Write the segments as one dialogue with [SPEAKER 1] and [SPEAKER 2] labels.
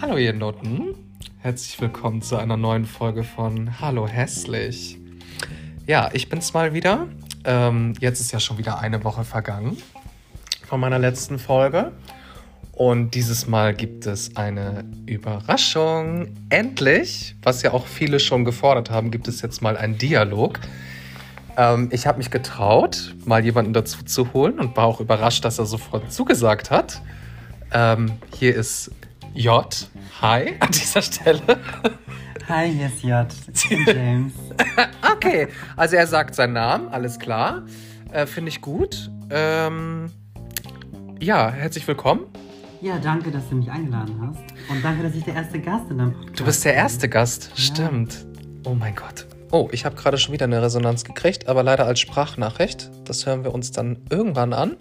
[SPEAKER 1] Hallo ihr Nutten, herzlich willkommen zu einer neuen Folge von Hallo Hässlich. Ja, ich bin's mal wieder. Ähm, jetzt ist ja schon wieder eine Woche vergangen von meiner letzten Folge. Und dieses Mal gibt es eine Überraschung. Endlich, was ja auch viele schon gefordert haben, gibt es jetzt mal einen Dialog. Ähm, ich habe mich getraut, mal jemanden dazu zu holen und war auch überrascht, dass er sofort zugesagt hat. Ähm, hier ist J. Hi an dieser Stelle.
[SPEAKER 2] Hi, hier ist J. Ich bin James.
[SPEAKER 1] Okay, also er sagt seinen Namen, alles klar. Äh, Finde ich gut. Ähm, ja, herzlich willkommen.
[SPEAKER 2] Ja, danke, dass du mich eingeladen hast. Und danke, dass ich der erste Gast in deinem Podcast
[SPEAKER 1] Du bist der
[SPEAKER 2] bin.
[SPEAKER 1] erste Gast. Stimmt. Oh mein Gott. Oh, ich habe gerade schon wieder eine Resonanz gekriegt, aber leider als Sprachnachricht. Das hören wir uns dann irgendwann an.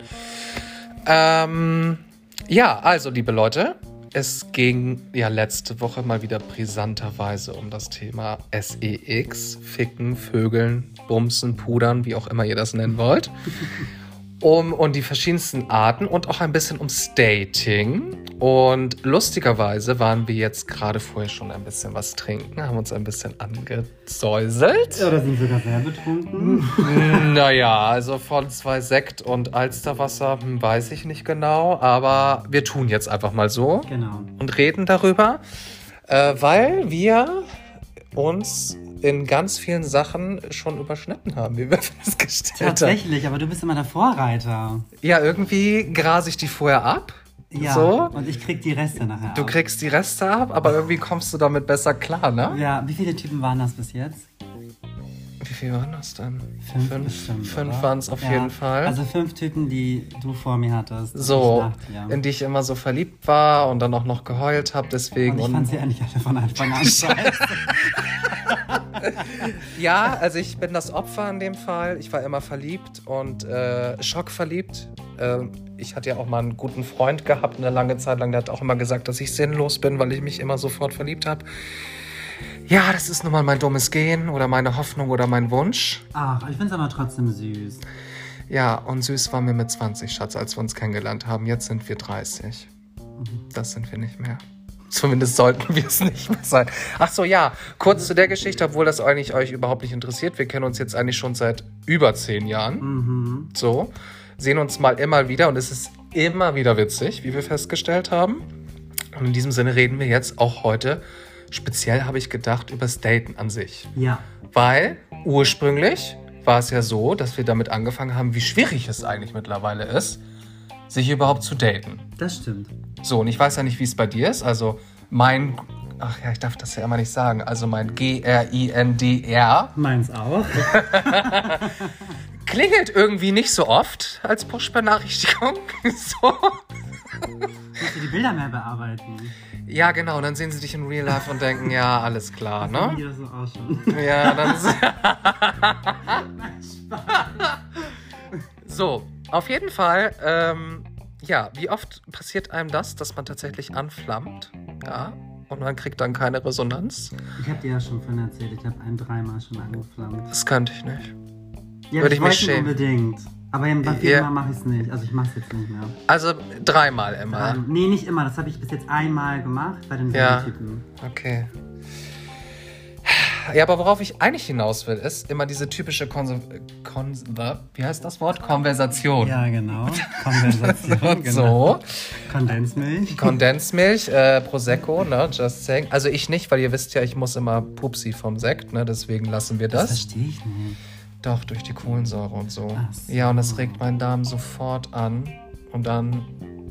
[SPEAKER 1] Ähm, ja, also, liebe Leute, es ging ja letzte Woche mal wieder brisanterweise um das Thema SEX, Ficken, Vögeln, Bumsen, Pudern, wie auch immer ihr das nennen wollt. um und die verschiedensten Arten und auch ein bisschen ums Dating. Und lustigerweise waren wir jetzt gerade vorher schon ein bisschen was trinken, haben uns ein bisschen angesäuselt.
[SPEAKER 2] Oder sind sogar sehr betrunken.
[SPEAKER 1] Hm. Naja, also von zwei Sekt und Alsterwasser hm, weiß ich nicht genau, aber wir tun jetzt einfach mal so
[SPEAKER 2] Genau.
[SPEAKER 1] und reden darüber, äh, weil wir uns in ganz vielen Sachen schon überschnitten haben, wie wir festgestellt haben.
[SPEAKER 2] Tatsächlich, aber du bist immer der Vorreiter.
[SPEAKER 1] Ja, irgendwie grase ich die vorher ab.
[SPEAKER 2] Ja.
[SPEAKER 1] So.
[SPEAKER 2] Und ich krieg die Reste nachher.
[SPEAKER 1] Du
[SPEAKER 2] ab.
[SPEAKER 1] kriegst die Reste ab, aber irgendwie kommst du damit besser klar, ne?
[SPEAKER 2] Ja, wie viele Typen waren das bis jetzt?
[SPEAKER 1] Wie viel waren das denn?
[SPEAKER 2] Fünf, bestimmt,
[SPEAKER 1] fünf, fünf
[SPEAKER 2] oder?
[SPEAKER 1] waren es auf
[SPEAKER 2] Ja,
[SPEAKER 1] jeden Fall.
[SPEAKER 2] Also fünf Typen, die du vor mir hattest.
[SPEAKER 1] so,
[SPEAKER 2] Und ich, nach dir.
[SPEAKER 1] in die ich immer so verliebt war und dann auch noch geheult habe, deswegen.
[SPEAKER 2] und ich fand sie eigentlich alle von Anfang an scheiße.
[SPEAKER 1] ja, also ich bin das Opfer in dem Fall. Ich war immer verliebt und äh, schockverliebt. Ähm, ich hatte ja auch mal einen guten Freund gehabt, eine lange Zeit lang, der hat auch immer gesagt, dass ich sinnlos bin, weil ich mich immer sofort verliebt habe. Ja, das ist nun mal mein dummes Gehen oder meine Hoffnung oder mein Wunsch.
[SPEAKER 2] Ach, ich find's aber trotzdem süß.
[SPEAKER 1] Ja, und süß waren wir mit 20, Schatz, als wir uns kennengelernt haben. Jetzt sind wir 30. Das sind wir nicht mehr. Zumindest sollten wir es nicht mehr sein. Ach so, ja, kurz zu der Geschichte, obwohl das eigentlich euch überhaupt nicht interessiert. Wir kennen uns jetzt eigentlich schon seit über zehn Jahren.
[SPEAKER 2] Mhm.
[SPEAKER 1] So, sehen uns mal immer wieder und es ist immer wieder witzig, wie wir festgestellt haben. Und in diesem Sinne reden wir jetzt auch heute. Speziell habe ich gedacht über das Daten an sich.
[SPEAKER 2] Ja.
[SPEAKER 1] Weil ursprünglich war es ja so, dass wir damit angefangen haben, wie schwierig es eigentlich mittlerweile ist, sich überhaupt zu daten.
[SPEAKER 2] Das stimmt.
[SPEAKER 1] So, und ich weiß ja nicht, wie es bei dir ist. Also mein, ach ja, ich darf das ja immer nicht sagen. Also mein G-R-I-N-D-R
[SPEAKER 2] Meins auch.
[SPEAKER 1] klingelt irgendwie nicht so oft als Push-Benachrichtigung. so.
[SPEAKER 2] Musst du die Bilder mehr bearbeiten?
[SPEAKER 1] Ja, genau. Und dann sehen sie dich in Real Life und denken, ja, alles klar,
[SPEAKER 2] Wie
[SPEAKER 1] ne?
[SPEAKER 2] die das so ausschauen.
[SPEAKER 1] Ja, dann ist So, auf jeden Fall, ähm, ja, wie oft passiert einem das, dass man tatsächlich anflammt, ja, und man kriegt dann keine Resonanz?
[SPEAKER 2] Ich habe dir ja schon von erzählt, ich habe einen dreimal schon angeflammt.
[SPEAKER 1] Das könnte ich nicht.
[SPEAKER 2] Ja,
[SPEAKER 1] Würde ich mich
[SPEAKER 2] wollte ihn
[SPEAKER 1] schämen.
[SPEAKER 2] unbedingt. Aber eben bei
[SPEAKER 1] Ja.
[SPEAKER 2] viermal mache ich es nicht. Also ich mache es jetzt nicht mehr.
[SPEAKER 1] Also dreimal immer.
[SPEAKER 2] Ähm, nee, nicht immer. Das habe ich bis jetzt einmal gemacht bei den
[SPEAKER 1] Ah. Ja.
[SPEAKER 2] ja. Typen.
[SPEAKER 1] Okay. Ja, aber worauf ich eigentlich hinaus will, ist immer diese typische Konse Kon wie heißt das Wort? Konversation.
[SPEAKER 2] Ja, genau. Kondensation, genau.
[SPEAKER 1] So,
[SPEAKER 2] Kondensmilch.
[SPEAKER 1] Kondensmilch, äh, Prosecco, ne, just saying. Also ich nicht, weil ihr wisst ja, ich muss immer Pupsi vom Sekt, ne, deswegen lassen wir
[SPEAKER 2] Das
[SPEAKER 1] das.
[SPEAKER 2] verstehe ich nicht.
[SPEAKER 1] Doch, durch die Kohlensäure und so.
[SPEAKER 2] Ach so.
[SPEAKER 1] Ja, und das regt meinen Darm sofort an. Und dann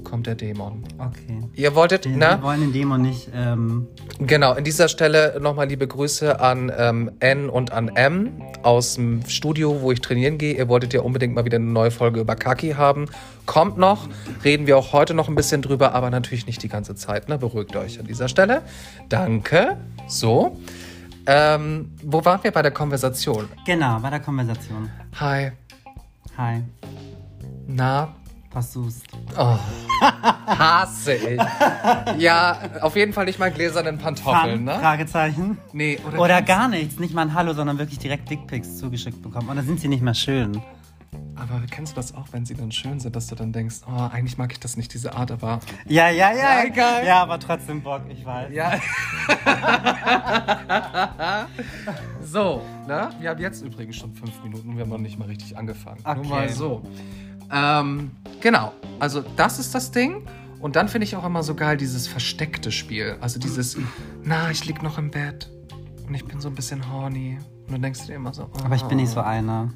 [SPEAKER 1] kommt der Dämon.
[SPEAKER 2] Okay.
[SPEAKER 1] Ihr wolltet,
[SPEAKER 2] Wir, wir
[SPEAKER 1] ne?
[SPEAKER 2] wollen den Demo nicht. Ähm,
[SPEAKER 1] Genau, an dieser Stelle nochmal liebe Grüße an ähm, N und an M aus dem Studio, wo ich trainieren gehe. Ihr wolltet ja unbedingt mal wieder eine neue Folge über Kaki haben. Kommt noch, reden wir auch heute noch ein bisschen drüber, aber natürlich nicht die ganze Zeit, ne? Beruhigt euch an dieser Stelle. Danke. So. Ähm, wo waren wir bei der Konversation?
[SPEAKER 2] genau, bei der Konversation.
[SPEAKER 1] Hi.
[SPEAKER 2] Hi.
[SPEAKER 1] Na,
[SPEAKER 2] Was suchst
[SPEAKER 1] Oh, hasse ich. Ja, auf jeden Fall nicht mal gläsernen Pantoffeln,
[SPEAKER 2] Pan?
[SPEAKER 1] ne?
[SPEAKER 2] Fragezeichen.
[SPEAKER 1] Nee, oder,
[SPEAKER 2] Oh, Oder gar nichts, nicht mal ein Hallo, sondern wirklich direkt Dickpics zugeschickt bekommen. Und dann sind sie nicht mehr schön.
[SPEAKER 1] Aber aber kennst du das auch, wenn sie dann schön sind, dass du dann denkst, oh, eigentlich mag ich das nicht, diese Art, aber
[SPEAKER 2] Ja, ja, ja.
[SPEAKER 3] Ja, geil.
[SPEAKER 2] Ja, aber trotzdem Bock, ich weiß.
[SPEAKER 1] ja. so, ne? Wir haben jetzt übrigens schon fünf Minuten und wir haben noch nicht mal richtig angefangen. Nur
[SPEAKER 2] Okay.
[SPEAKER 1] mal so. Ähm, genau, also das ist das Ding. Und dann finde ich auch immer so geil dieses versteckte Spiel. Also dieses, na, ich lieg noch im Bett und ich bin so ein bisschen horny. Und dann denkst du dir immer so, oh.
[SPEAKER 2] Aber ich bin nicht so einer.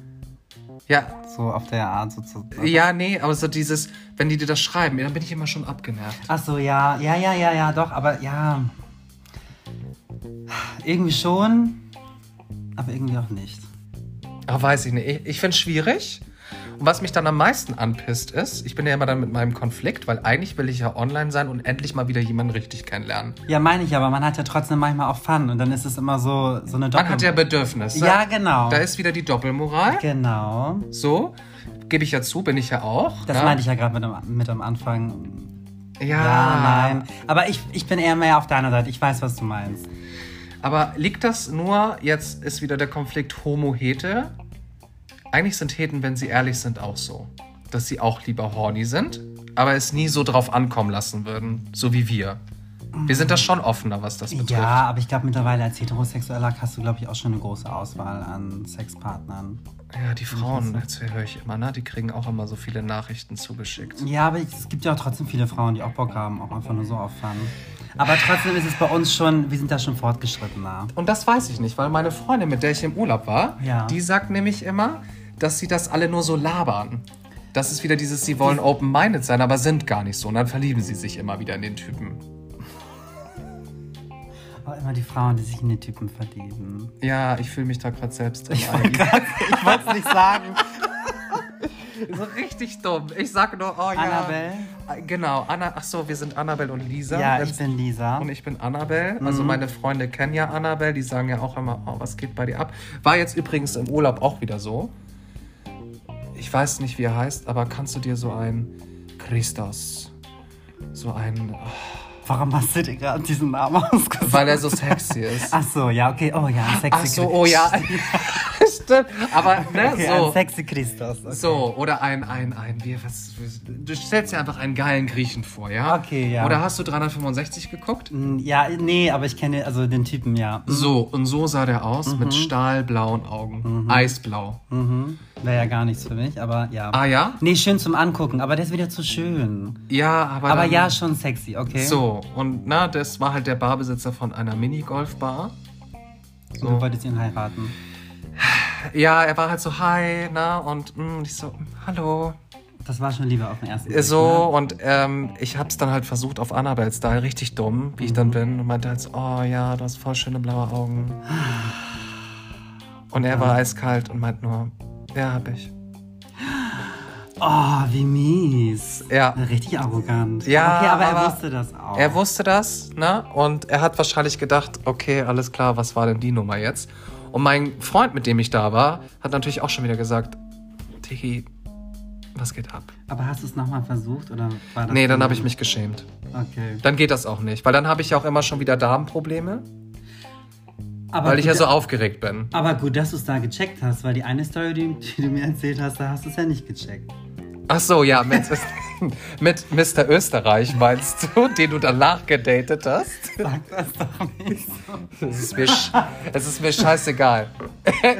[SPEAKER 1] Ja,
[SPEAKER 2] So auf der Art sozusagen.
[SPEAKER 1] ja, nee, aber so dieses, wenn die dir das schreiben, ja, dann bin ich immer schon abgenervt.
[SPEAKER 2] Ach so, ja, ja, ja, ja, ja, doch, aber ja. Irgendwie schon, aber irgendwie auch nicht.
[SPEAKER 1] Ah, weiß ich nicht. Ich, ich finde es schwierig. Und was mich dann am meisten anpisst ist, ich bin ja immer dann mit meinem Konflikt, weil eigentlich will ich ja online sein und endlich mal wieder jemanden richtig kennenlernen.
[SPEAKER 2] Ja, meine ich, aber man hat ja trotzdem manchmal auch Fun und dann ist es immer so, so eine Doppel...
[SPEAKER 1] Man hat ja Bedürfnisse.
[SPEAKER 2] Ja, genau.
[SPEAKER 1] Da ist wieder die Doppelmoral.
[SPEAKER 2] genau.
[SPEAKER 1] So, gebe ich ja zu, bin ich ja auch.
[SPEAKER 2] Das
[SPEAKER 1] ne?
[SPEAKER 2] meinte ich ja gerade mit am, mit am Anfang.
[SPEAKER 1] Ja,
[SPEAKER 2] Ja, nein. Aber ich, ich bin eher mehr auf deiner Seite. Ich weiß, was du meinst.
[SPEAKER 1] Aber liegt das nur, jetzt ist wieder der Konflikt Homo-Hete? Eigentlich sind Heten, wenn sie ehrlich sind, auch so. Dass sie auch lieber horny sind, aber es nie so drauf ankommen lassen würden, so wie wir. Wir sind da schon offener, was das betrifft.
[SPEAKER 2] Ja, aber ich glaube, mittlerweile als Heterosexueller hast du, glaube ich, auch schon eine große Auswahl an Sexpartnern.
[SPEAKER 1] Ja,
[SPEAKER 2] Mhm.
[SPEAKER 1] die Frauen, jetzt höre ich immer, ne? Die kriegen auch immer so viele Nachrichten zugeschickt.
[SPEAKER 2] Ja, aber es gibt ja auch trotzdem viele Frauen, die auch Bock haben, auch einfach nur so auf Fun. Aber trotzdem ist es bei uns schon, wir sind da schon fortgeschrittener.
[SPEAKER 1] Und das weiß ich nicht, weil meine Freundin, mit der ich im Urlaub war,
[SPEAKER 2] Ja.
[SPEAKER 1] die sagt nämlich immer, dass sie das alle nur so labern. Das ist wieder dieses, sie wollen open-minded sein, aber sind gar nicht so. Und dann verlieben sie sich immer wieder in den Typen.
[SPEAKER 2] Aber immer die Frauen, die sich in die Typen verlieben.
[SPEAKER 1] Ja, ich fühle mich da gerade selbst drin.
[SPEAKER 2] Ich wollte es nicht sagen.
[SPEAKER 1] so richtig dumm. Ich sage nur, oh ja.
[SPEAKER 2] Annabelle?
[SPEAKER 1] Äh, Genau, Anna, ach so, wir sind Annabelle und Lisa.
[SPEAKER 2] Ja, ich
[SPEAKER 1] Wenn's-
[SPEAKER 2] bin Mhm. Lisa.
[SPEAKER 1] Und ich bin Annabelle. Also meine Freunde kennen ja Annabelle. Die sagen ja auch immer, oh, was geht bei dir ab? War jetzt übrigens im Urlaub auch wieder so. Ich weiß nicht, wie er heißt, aber kannst du dir so einen Christos, so einen,
[SPEAKER 2] Warum hast du dir gerade diesen Namen ausgesucht?
[SPEAKER 1] weil er so sexy ist.
[SPEAKER 2] Ach so, ja, okay. Oh ja, ein sexy
[SPEAKER 1] Ach so, oh ja. Stimmt. Aber ne,
[SPEAKER 2] Okay, also
[SPEAKER 1] so.
[SPEAKER 2] ein sexy Christus. Okay.
[SPEAKER 1] So, oder ein, ein, ein, wie, was, du stellst dir einfach einen geilen Griechen vor, ja?
[SPEAKER 2] Okay, ja.
[SPEAKER 1] Oder hast du 365 geguckt?
[SPEAKER 2] Mm, Ja, nee, aber ich kenne also den Typen, ja.
[SPEAKER 1] So, und so sah der aus, mit stahlblauen Augen, eisblau.
[SPEAKER 2] Mhm. Wäre ja gar nichts für mich, aber ja.
[SPEAKER 1] Ah ja?
[SPEAKER 2] Nee, schön zum Angucken, aber der ist wieder zu schön.
[SPEAKER 1] Ja, aber
[SPEAKER 2] Aber
[SPEAKER 1] dann,
[SPEAKER 2] ja, schon sexy, okay?
[SPEAKER 1] Ähm, So, und na, das war halt der Barbesitzer von einer Minigolfbar.
[SPEAKER 2] Und Du wolltest ihn heiraten.
[SPEAKER 1] Ja, er war halt so, hi, na, und, mm, und ich so, mm, hallo.
[SPEAKER 2] Das war schon lieber auf den ersten Blick, ne?
[SPEAKER 1] So, und ähm, ich hab's dann halt versucht auf Annabelle-Style, richtig dumm, wie ich dann bin. Und meinte halt so, oh ja, du hast voll schöne blaue Augen. Und er war eiskalt und meint nur, ja, hab ich.
[SPEAKER 2] ne? Oh, wie mies.
[SPEAKER 1] Ja.
[SPEAKER 2] Richtig arrogant.
[SPEAKER 1] Ja,
[SPEAKER 2] Okay, aber,
[SPEAKER 1] aber-
[SPEAKER 2] er wusste das auch.
[SPEAKER 1] Er wusste das, ne? Und er hat wahrscheinlich gedacht, okay, alles klar, was war denn die Nummer jetzt? Und mein Freund, mit dem ich da war, hat natürlich auch schon wieder gesagt, Tiki, was geht ab?
[SPEAKER 2] aber hast du es nochmal versucht oder war das
[SPEAKER 1] Nee, dann habe ich mich geschämt.
[SPEAKER 2] Okay.
[SPEAKER 1] Dann geht das auch nicht, weil dann habe ich ja auch immer schon wieder Darmprobleme,
[SPEAKER 2] Aber
[SPEAKER 1] weil ich
[SPEAKER 2] gut,
[SPEAKER 1] ja so aufgeregt bin.
[SPEAKER 2] aber gut, dass du es da gecheckt hast, weil die eine Story, die, die du mir erzählt hast, da hast du es ja nicht gecheckt.
[SPEAKER 1] Ach so, ja, mit, mit Mr. Österreich meinst du, den du danach gedatet hast?
[SPEAKER 2] Sag das doch nicht so.
[SPEAKER 1] Es ist mir, sch es ist mir scheißegal.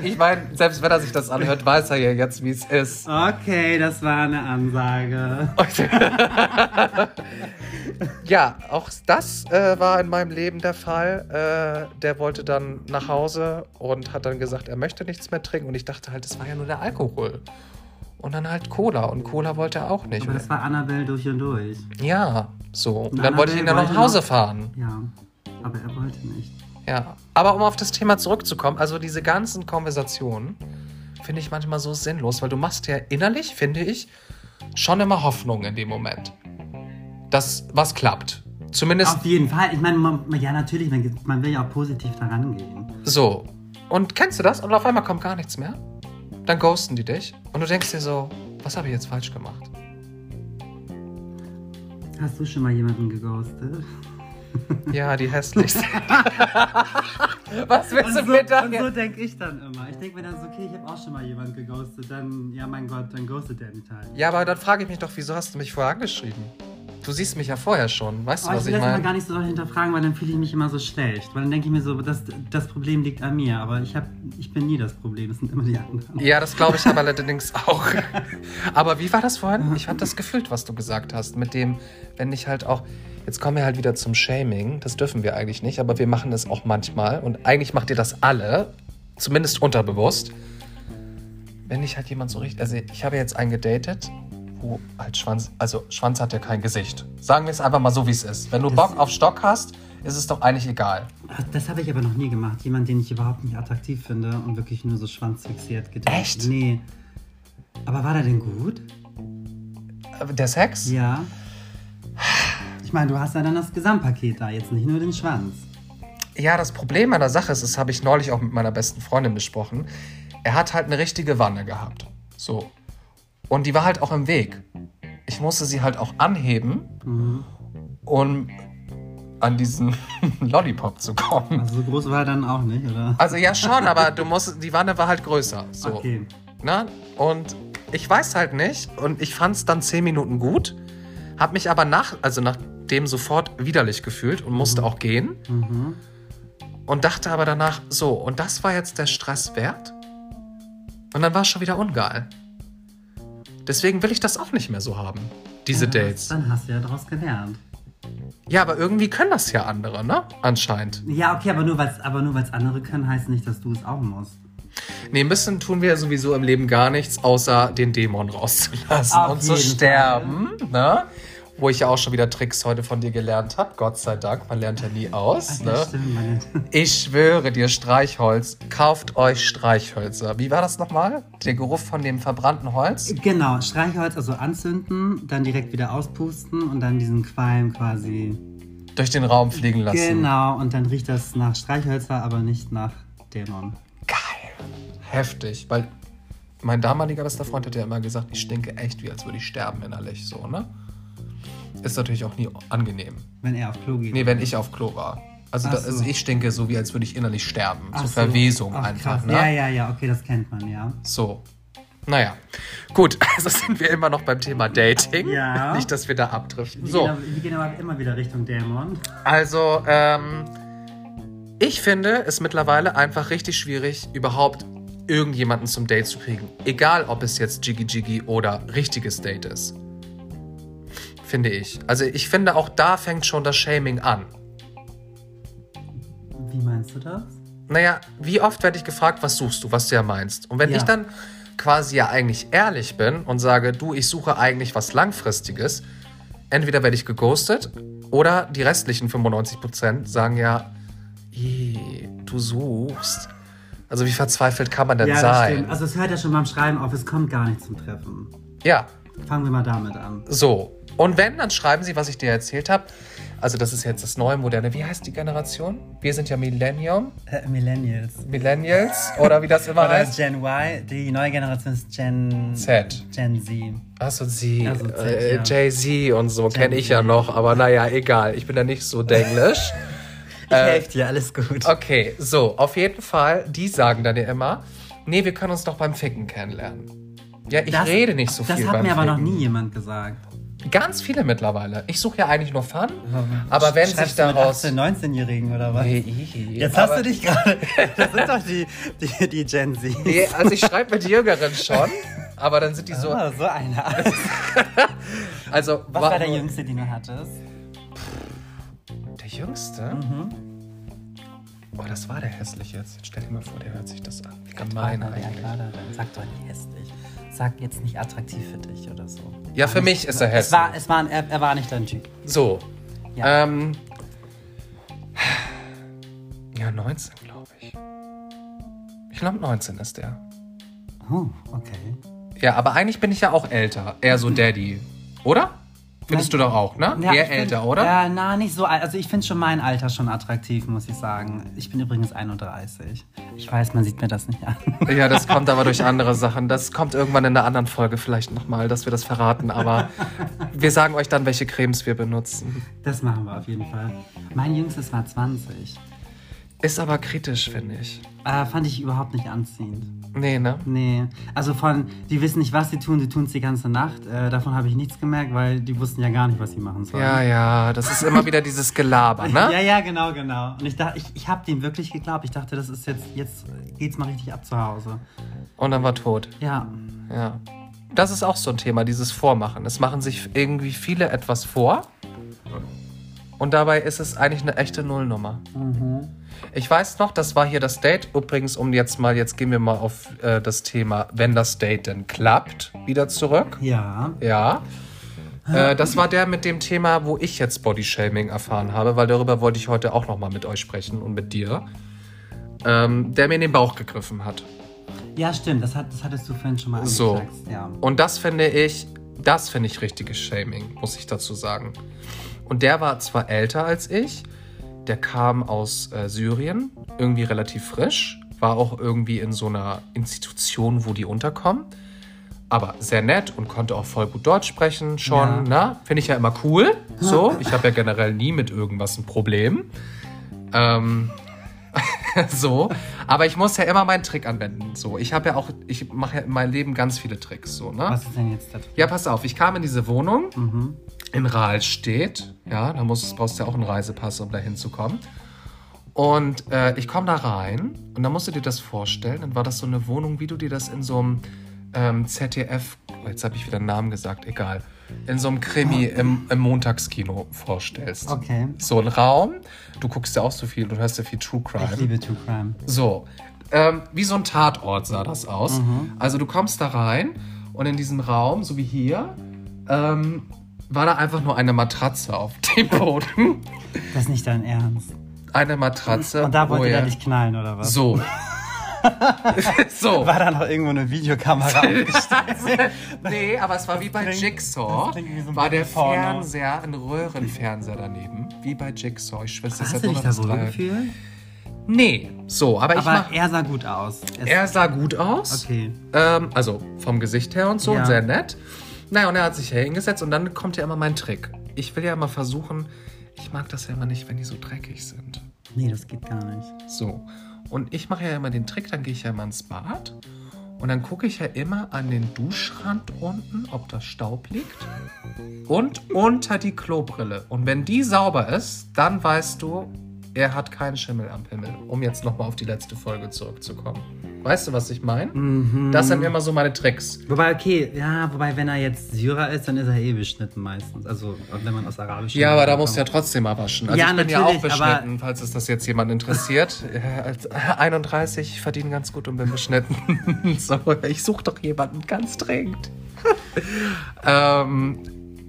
[SPEAKER 1] Ich meine, selbst wenn er sich das anhört, weiß er ja jetzt, wie es ist.
[SPEAKER 2] Okay, das war eine Ansage.
[SPEAKER 1] Ja, auch das äh, war in meinem Leben der Fall. Äh, der wollte dann nach Hause und hat dann gesagt, er möchte nichts mehr trinken. Und ich dachte halt, es war ja nur der Alkohol. Und dann halt Cola. Und Cola wollte er auch nicht.
[SPEAKER 2] Aber das war Annabelle durch und durch.
[SPEAKER 1] Ja, so. Und
[SPEAKER 2] Annabelle
[SPEAKER 1] dann wollte ich ihn dann noch nach
[SPEAKER 2] wollte
[SPEAKER 1] Hause
[SPEAKER 2] noch-
[SPEAKER 1] fahren.
[SPEAKER 2] Ja, aber er wollte nicht.
[SPEAKER 1] Ja, aber um auf das Thema zurückzukommen, also diese ganzen Konversationen finde ich manchmal so sinnlos, weil du machst ja innerlich, finde ich, schon immer Hoffnung in dem Moment, dass was klappt. Zumindest
[SPEAKER 2] Auf jeden Fall. Ich meine, man, ja, natürlich, man, geht- man will ja auch positiv daran gehen.
[SPEAKER 1] so. Und kennst du das? Und auf einmal kommt gar nichts mehr. Dann ghosten die dich und du denkst dir so, was habe ich jetzt falsch gemacht?
[SPEAKER 2] Hast du schon mal jemanden geghostet?
[SPEAKER 1] Ja, die hässlichste. Was willst du mir da
[SPEAKER 2] und so denke ich dann immer. Ich denke mir dann so, okay, ich habe auch schon mal jemanden geghostet, dann, ja mein Gott, dann ghostet der mich halt.
[SPEAKER 1] Ja, aber dann frage ich mich doch, wieso hast du mich vorher angeschrieben? Du siehst mich ja vorher schon. Weißt du,
[SPEAKER 2] Oh, ich
[SPEAKER 1] was
[SPEAKER 2] will
[SPEAKER 1] ich
[SPEAKER 2] das immer
[SPEAKER 1] meine?
[SPEAKER 2] gar nicht so doll hinterfragen, weil dann fühle ich mich immer so schlecht. Weil dann denke ich mir so, das, das Problem liegt an mir, aber ich, hab, ich bin nie das Problem, das sind immer die anderen.
[SPEAKER 1] Ja, das glaube ich aber allerdings auch. Aber wie war das vorhin? Ich habe das gefühlt, was du gesagt hast. Mit dem, wenn ich halt auch. Jetzt kommen wir halt wieder zum Shaming. Das dürfen wir eigentlich nicht, aber wir machen das auch manchmal. Und eigentlich macht ihr das alle, zumindest unterbewusst. Wenn ich halt jemand so richtig. Also, ich habe jetzt einen gedatet, wo halt Schwanz. Also, Schwanz hat ja kein Gesicht. Sagen wir es einfach mal so, wie es ist. Wenn du
[SPEAKER 2] Das-
[SPEAKER 1] Bock auf Stock hast, ist es doch eigentlich egal.
[SPEAKER 2] Ach, Ah, Das habe ich aber noch nie gemacht. Jemand, den ich überhaupt nicht attraktiv finde und wirklich nur so schwanzfixiert gedacht.
[SPEAKER 1] Echt?
[SPEAKER 2] Nee. Aber war der denn gut?
[SPEAKER 1] Aber Äh, Der Sex?
[SPEAKER 2] Ja. Ich meine, du hast ja dann das Gesamtpaket da, jetzt nicht nur den Schwanz.
[SPEAKER 1] Ja, das Problem an der Sache ist, das habe ich neulich auch mit meiner besten Freundin besprochen. Er hat halt eine richtige Wanne gehabt. So. Und die war halt auch im Weg. Ich musste sie halt auch anheben, um an diesen Lollipop zu kommen.
[SPEAKER 2] Also so groß war er dann auch nicht, oder?
[SPEAKER 1] Also ja schon, aber du musst, die Wanne war halt größer. So.
[SPEAKER 2] Okay.
[SPEAKER 1] Ne? Und ich weiß halt nicht. Und ich fand es dann zehn Minuten gut, habe mich aber nach, also nachdem sofort widerlich gefühlt und musste auch gehen.
[SPEAKER 2] Mhm.
[SPEAKER 1] Und dachte aber danach, so, und das war jetzt der Stress wert? Und dann war es schon wieder ungeil. Deswegen will ich das auch nicht mehr so haben, diese
[SPEAKER 2] Ja,
[SPEAKER 1] Dates.
[SPEAKER 2] Dann hast du ja daraus gelernt.
[SPEAKER 1] Ja, aber irgendwie können das ja andere, ne? Anscheinend.
[SPEAKER 2] Ja, okay, aber nur weil's, aber nur weil's andere können, heißt nicht, dass du es auch musst.
[SPEAKER 1] Nee, ein bisschen tun wir sowieso im Leben gar nichts, außer den Dämon rauszulassen
[SPEAKER 2] Auf
[SPEAKER 1] und zu
[SPEAKER 2] jeden
[SPEAKER 1] sterben, ne? Wo ich ja auch schon wieder Tricks heute von dir gelernt habe. Gott sei Dank, man lernt ja nie aus,
[SPEAKER 2] Ja,
[SPEAKER 1] ne?
[SPEAKER 2] stimmt, meine-
[SPEAKER 1] Ich schwöre dir, Streichholz, kauft euch Streichhölzer. Wie war das nochmal? Der Geruch von dem verbrannten Holz?
[SPEAKER 2] Genau, Streichholz also anzünden, dann direkt wieder auspusten und dann diesen Qualm quasi.
[SPEAKER 1] durch den Raum fliegen lassen.
[SPEAKER 2] Genau, und dann riecht das nach Streichhölzer, aber nicht nach Dämon.
[SPEAKER 1] Geil. Heftig, weil mein damaliger bester Freund hat ja immer gesagt, ich stinke echt, wie als würde ich sterben innerlich, so, ne? Ist natürlich auch nie angenehm.
[SPEAKER 2] Wenn er auf Klo geht.
[SPEAKER 1] Nee, wenn ich auf Klo war. Also,
[SPEAKER 2] Ach
[SPEAKER 1] da, also
[SPEAKER 2] so.
[SPEAKER 1] ich stinke so, wie als würde ich innerlich sterben.
[SPEAKER 2] Ach
[SPEAKER 1] so
[SPEAKER 2] so.
[SPEAKER 1] Verwesung
[SPEAKER 2] Ach,
[SPEAKER 1] einfach,
[SPEAKER 2] krass.
[SPEAKER 1] ne?
[SPEAKER 2] Ja, ja, ja, okay, das kennt man, ja.
[SPEAKER 1] So. Naja. Gut, also sind wir immer noch beim Thema Dating.
[SPEAKER 2] Ja.
[SPEAKER 1] Nicht, dass wir da abdriften.
[SPEAKER 2] Wir
[SPEAKER 1] So.
[SPEAKER 2] Gehen aber, wir gehen aber immer wieder Richtung Dämon.
[SPEAKER 1] Also, ähm, ich finde es mittlerweile einfach richtig schwierig, überhaupt irgendjemanden zum Date zu kriegen. Egal, ob es jetzt Jiggy Jiggy oder richtiges Date ist. Finde ich. Also, ich finde, auch da fängt schon das Shaming an.
[SPEAKER 2] Wie meinst du das?
[SPEAKER 1] Naja, wie oft werde ich gefragt, was suchst du, was du ja meinst? Und wenn
[SPEAKER 2] Ja.
[SPEAKER 1] ich dann quasi ja eigentlich ehrlich bin und sage, du, ich suche eigentlich was Langfristiges, entweder werde ich geghostet oder die restlichen 95% sagen ja, "Ih, du suchst. Also wie verzweifelt kann man denn
[SPEAKER 2] ja, das
[SPEAKER 1] sein?
[SPEAKER 2] stimmt. Also es hört ja schon beim Schreiben auf, es kommt gar nicht zum Treffen.
[SPEAKER 1] ja,
[SPEAKER 2] Fangen wir mal damit an.
[SPEAKER 1] so. Und wenn, dann schreiben sie, was ich dir erzählt habe. Also das ist jetzt das neue Moderne. Wie heißt die Generation? Wir sind ja Millennium,
[SPEAKER 2] Äh, Millennials.
[SPEAKER 1] Millennials oder wie das immer
[SPEAKER 2] Oder
[SPEAKER 1] heißt.
[SPEAKER 2] Gen Y, die neue Generation ist Gen
[SPEAKER 1] Z. Äh,
[SPEAKER 2] Gen Z.
[SPEAKER 1] Achso, sie,
[SPEAKER 2] Also Z,
[SPEAKER 1] äh,
[SPEAKER 2] ja.
[SPEAKER 1] Jay-Z und so kenne ich ja noch, aber naja, egal. Ich bin ja nicht so denglisch.
[SPEAKER 2] Ich helfe dir, alles gut.
[SPEAKER 1] Okay, so, auf jeden Fall, die sagen dann ja immer, nee, wir können uns doch beim Ficken kennenlernen. Ja, ich rede nicht so viel
[SPEAKER 2] Das hat
[SPEAKER 1] beim
[SPEAKER 2] mir aber noch
[SPEAKER 1] Ficken.
[SPEAKER 2] nie jemand gesagt.
[SPEAKER 1] Ganz viele mittlerweile. Ich suche ja eigentlich nur Fun, aber wenn sich
[SPEAKER 2] Schreibst du mit
[SPEAKER 1] daraus...
[SPEAKER 2] 18, 19-Jährigen oder was?
[SPEAKER 1] Nee, i- i-
[SPEAKER 2] Jetzt
[SPEAKER 1] aber-
[SPEAKER 2] hast du dich gerade. Das sind doch die, die, die Gen Z.
[SPEAKER 1] Nee, also ich schreibe mit Jüngeren schon, aber dann sind die so...
[SPEAKER 2] Oh, so eine Art.
[SPEAKER 1] Also,
[SPEAKER 2] Was war der Jüngste, den du hattest?
[SPEAKER 1] Der Jüngste?
[SPEAKER 2] Mhm.
[SPEAKER 1] Oh, das war der hässliche jetzt. Jetzt stell dir mal vor, der hört sich das an. Wie gemein
[SPEAKER 2] Partner, der
[SPEAKER 1] eigentlich.
[SPEAKER 2] gerade drin. Sag doch nicht hässlich. Sag jetzt nicht attraktiv für dich oder so.
[SPEAKER 1] Ja, für mich ist er hässlich.
[SPEAKER 2] Es war, es war, ein- er, er war nicht dein Typ.
[SPEAKER 1] So.
[SPEAKER 2] Ja.
[SPEAKER 1] Ähm, ja, 19, glaube ich. Ich glaube, 19 ist der.
[SPEAKER 2] Oh, okay.
[SPEAKER 1] Ja, aber eigentlich bin ich ja auch älter. Eher so Daddy. Oder?
[SPEAKER 4] Findest du doch auch, ne?
[SPEAKER 2] Ja,
[SPEAKER 4] Eher
[SPEAKER 2] ich bin-
[SPEAKER 4] älter, oder?
[SPEAKER 2] Ja, na, nicht so alt. Also ich finde schon mein Alter schon attraktiv, muss ich sagen. Ich bin übrigens 31. Ich weiß, man sieht mir das nicht an.
[SPEAKER 4] Ja, das kommt aber durch andere.
[SPEAKER 1] Andere Sachen. Das kommt irgendwann in einer anderen Folge vielleicht nochmal, dass wir das verraten. Aber wir sagen euch dann, welche Cremes wir benutzen.
[SPEAKER 2] Das machen wir auf jeden Fall. Mein Jüngstes war 20.
[SPEAKER 1] Ist aber kritisch, finde ich.
[SPEAKER 2] Äh, fand ich überhaupt nicht anziehend.
[SPEAKER 1] Nee, ne?
[SPEAKER 2] Nee. Also von, die wissen nicht, was sie tun, die tun es die ganze Nacht. Äh, davon habe ich nichts gemerkt, weil die wussten ja gar nicht, was sie machen sollen.
[SPEAKER 1] Ja, ja, das ist immer wieder dieses Gelaber, ne?
[SPEAKER 2] Ja, ja, genau, genau. Und ich dachte, ich, ich habe dem wirklich geglaubt. Ich dachte, das ist jetzt, jetzt geht's mal richtig ab zu Hause.
[SPEAKER 1] Und dann war tot.
[SPEAKER 2] Ja,
[SPEAKER 1] Ja. Das ist auch so ein Thema, dieses Vormachen. Es machen sich irgendwie viele etwas vor. Und dabei ist es eigentlich eine echte Nullnummer. Ich weiß noch, das war hier das Date. Übrigens, um jetzt mal, jetzt gehen wir mal auf äh, das Thema, wenn das Date denn klappt, wieder zurück.
[SPEAKER 2] ja.
[SPEAKER 1] Ja. Äh, das war der mit dem Thema, wo ich jetzt Bodyshaming erfahren habe, weil darüber wollte ich heute auch nochmal mit euch sprechen und mit dir. Ähm, der mir in den Bauch gegriffen hat.
[SPEAKER 2] Ja, stimmt. Das, hat, das hattest du vorhin schon mal
[SPEAKER 1] So.
[SPEAKER 2] angesagt. Ja.
[SPEAKER 1] Und das finde ich, das finde ich richtiges Shaming, muss ich dazu sagen. Und der war zwar älter als ich, der kam aus äh, Syrien, irgendwie relativ frisch, war auch irgendwie in so einer Institution, wo die unterkommen, aber sehr nett und konnte auch voll gut Deutsch sprechen schon,
[SPEAKER 2] Ja.
[SPEAKER 1] ne? Finde ich ja immer cool, so. Ich habe ja generell nie mit irgendwas ein Problem. Ähm, so, aber ich muss ja immer meinen Trick anwenden, so. Ich habe ja auch, ich mache ja in meinem Leben ganz viele Tricks, so, ne?
[SPEAKER 2] Was ist denn jetzt da drin? Mhm.
[SPEAKER 1] Ja, pass auf, ich kam in diese Wohnung in Rahlstedt. Ja, da musst, brauchst du ja auch einen Reisepass, um da hinzukommen. Und äh, ich komme da rein und dann musst du dir das vorstellen. Dann war das so eine Wohnung, wie du dir das in so einem ähm, ZDF, oh, jetzt habe ich wieder einen Namen gesagt, egal, in so einem Krimi im, im Montagskino vorstellst.
[SPEAKER 2] Okay.
[SPEAKER 1] So ein Raum, du guckst ja auch so viel, du hörst ja viel True Crime.
[SPEAKER 2] Ich liebe True Crime.
[SPEAKER 1] So, ähm, wie so ein Tatort sah das aus.
[SPEAKER 2] Mhm.
[SPEAKER 1] Also du kommst da rein und in diesem Raum, so wie hier, ähm, war da einfach nur eine Matratze auf dem Boden.
[SPEAKER 2] Das ist nicht dein Ernst.
[SPEAKER 1] Eine Matratze.
[SPEAKER 2] Und da wollte
[SPEAKER 1] wo
[SPEAKER 2] er
[SPEAKER 1] er-
[SPEAKER 2] dich knallen, oder was?
[SPEAKER 1] Oh, So. so.
[SPEAKER 2] War da noch irgendwo eine Videokamera?
[SPEAKER 1] Nee, aber es war wie bei
[SPEAKER 2] klingt-
[SPEAKER 1] Jigsaw.
[SPEAKER 2] das klingt wie so ein
[SPEAKER 1] war der
[SPEAKER 2] Porno.
[SPEAKER 1] Fernseher, ein Röhrenfernseher daneben. Wie bei Jigsaw. Ich schwöre, das ist
[SPEAKER 2] Hast
[SPEAKER 1] seit
[SPEAKER 2] du dich da wohl
[SPEAKER 1] 1903.
[SPEAKER 2] gefühlt?
[SPEAKER 1] Nee, so, aber, ich
[SPEAKER 2] Aber
[SPEAKER 1] mach.
[SPEAKER 2] er sah gut aus. Er-
[SPEAKER 1] Er sah gut aus.
[SPEAKER 2] okay.
[SPEAKER 1] Ähm, also vom Gesicht her und so,
[SPEAKER 2] Ja.
[SPEAKER 1] und sehr nett. Naja, und er hat sich hier hingesetzt und dann kommt ja immer mein Trick. Ich will ja immer versuchen, ich mag das ja immer nicht, wenn die so dreckig sind.
[SPEAKER 2] Nee, das geht gar nicht.
[SPEAKER 1] So. Und ich mache ja immer den Trick, dann gehe ich ja immer ins Bad und dann gucke ich ja immer an den Duschrand unten, ob da Staub liegt. Und unter die Klobrille. Und wenn die sauber ist, dann weißt du, er hat keinen Schimmel am Himmel. Um jetzt nochmal auf die letzte Folge zurückzukommen. Weißt du, was ich meine? Das sind immer so meine Tricks.
[SPEAKER 2] Wobei, okay, ja, wobei, wenn er jetzt Syrer ist, dann ist er eh beschnitten meistens. Also, wenn man aus arabischen.
[SPEAKER 1] Ja, aber da
[SPEAKER 2] Ländern
[SPEAKER 1] musst du ja
[SPEAKER 2] Genau, kommt.
[SPEAKER 1] trotzdem abwaschen. Also
[SPEAKER 2] Ja,
[SPEAKER 1] ich bin ja auch
[SPEAKER 2] natürlich, aber-
[SPEAKER 1] beschnitten, falls es das jetzt jemand interessiert. Äh, Als 31 verdienen ganz gut und bin beschnitten. so, ich suche doch jemanden ganz dringend. ähm,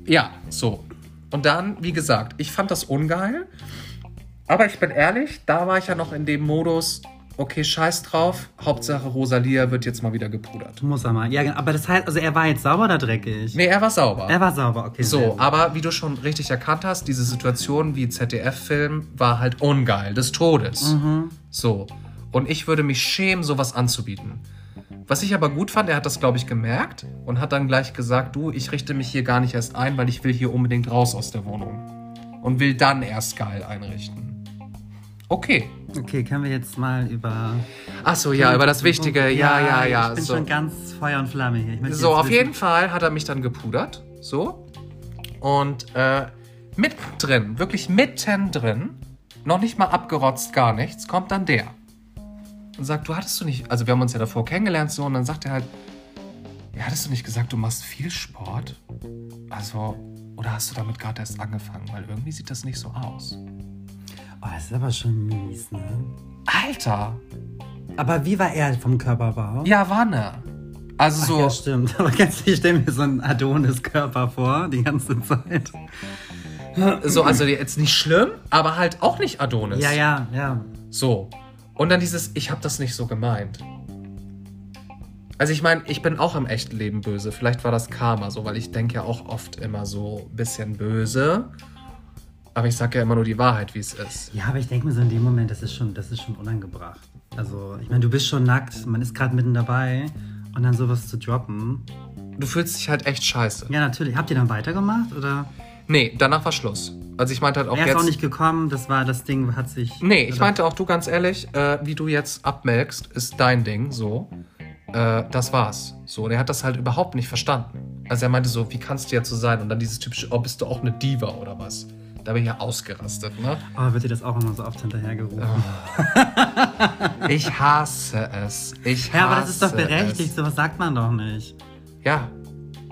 [SPEAKER 1] ja, so. Und dann, wie gesagt, ich fand das ungeil. Aber ich bin ehrlich, da war ich ja noch in dem Modus, okay, scheiß drauf, Hauptsache Rosalia wird jetzt mal wieder gepudert.
[SPEAKER 2] Muss er mal. Ja, genau. aber das heißt, also er war jetzt sauber oder dreckig?
[SPEAKER 1] Nee, er war sauber.
[SPEAKER 2] Er war sauber, okay. sehr
[SPEAKER 1] So,
[SPEAKER 2] gut.
[SPEAKER 1] aber wie du schon richtig erkannt hast, diese Situation wie ZDF-Film war halt ungeil, des Todes. So. Und ich würde mich schämen, sowas anzubieten. Was ich aber gut fand, er hat das, glaube ich, gemerkt und hat dann gleich gesagt, du, ich richte mich hier gar nicht erst ein, weil ich will hier unbedingt raus aus der Wohnung. Und will dann erst geil einrichten. Okay.
[SPEAKER 2] Okay, können wir jetzt mal über.
[SPEAKER 1] Achso, ja, über das Wichtige. Ja, ja, ja.
[SPEAKER 2] Ich bin
[SPEAKER 1] so.
[SPEAKER 2] schon ganz Feuer und Flamme hier. Ich möchte
[SPEAKER 1] So,
[SPEAKER 2] jetzt
[SPEAKER 1] auf
[SPEAKER 2] wissen-
[SPEAKER 1] jeden Fall hat er mich dann gepudert. So. Und äh, mittendrin, wirklich mittendrin, noch nicht mal abgerotzt, gar nichts, kommt dann der. Und sagt, du hattest du nicht, also wir haben uns ja davor kennengelernt, so, und dann sagt er halt, ja, hattest du nicht gesagt, du machst viel Sport? Also, oder hast du damit gerade erst angefangen? Weil irgendwie sieht das nicht so aus.
[SPEAKER 2] Oh, das ist aber schon mies, ne?
[SPEAKER 1] Alter!
[SPEAKER 2] Aber wie war er vom Körperbau?
[SPEAKER 1] Ja, Wanne. Also so.
[SPEAKER 2] Ja, stimmt. Aber ganz ich stelle mir so einen Adonis-Körper vor, die ganze Zeit.
[SPEAKER 1] so, also jetzt nicht schlimm, aber halt auch nicht Adonis.
[SPEAKER 2] Ja, ja, ja.
[SPEAKER 1] So. Und dann dieses, ich habe das nicht so gemeint. Also ich meine, ich bin auch im echten Leben böse. Vielleicht war das Karma so, weil ich denke ja auch oft immer so ein bisschen böse. Aber ich sage ja immer nur die Wahrheit, wie es ist.
[SPEAKER 2] Ja, aber ich denke mir so in dem Moment, das ist schon, das ist schon unangebracht. Also, ich meine, du bist schon nackt, man ist gerade mitten dabei und dann sowas zu droppen.
[SPEAKER 1] Du fühlst dich halt echt scheiße.
[SPEAKER 2] Ja, natürlich. Habt ihr dann weitergemacht oder?
[SPEAKER 1] Nee, danach war Schluss. Also ich meinte halt auch
[SPEAKER 2] er ist
[SPEAKER 1] jetzt.
[SPEAKER 2] auch nicht gekommen, das war das Ding, hat sich.
[SPEAKER 1] nee, ich
[SPEAKER 2] oder-
[SPEAKER 1] meinte auch du ganz ehrlich, äh, wie du jetzt abmelkst, ist dein Ding so. Äh, das war's. So, und er hat das halt überhaupt nicht verstanden. Also er meinte so, wie kannst du jetzt so sein? Und dann dieses typische, oh, bist du auch eine Diva oder was? Da bin ich ja ausgerastet, ne?
[SPEAKER 2] Oh, wird dir das auch immer so oft hinterhergerufen?
[SPEAKER 1] Oh, Ich hasse es. Ich hasse
[SPEAKER 2] ja, aber das ist doch
[SPEAKER 1] es.
[SPEAKER 2] berechtigt, sowas sagt man doch nicht.
[SPEAKER 1] Ja.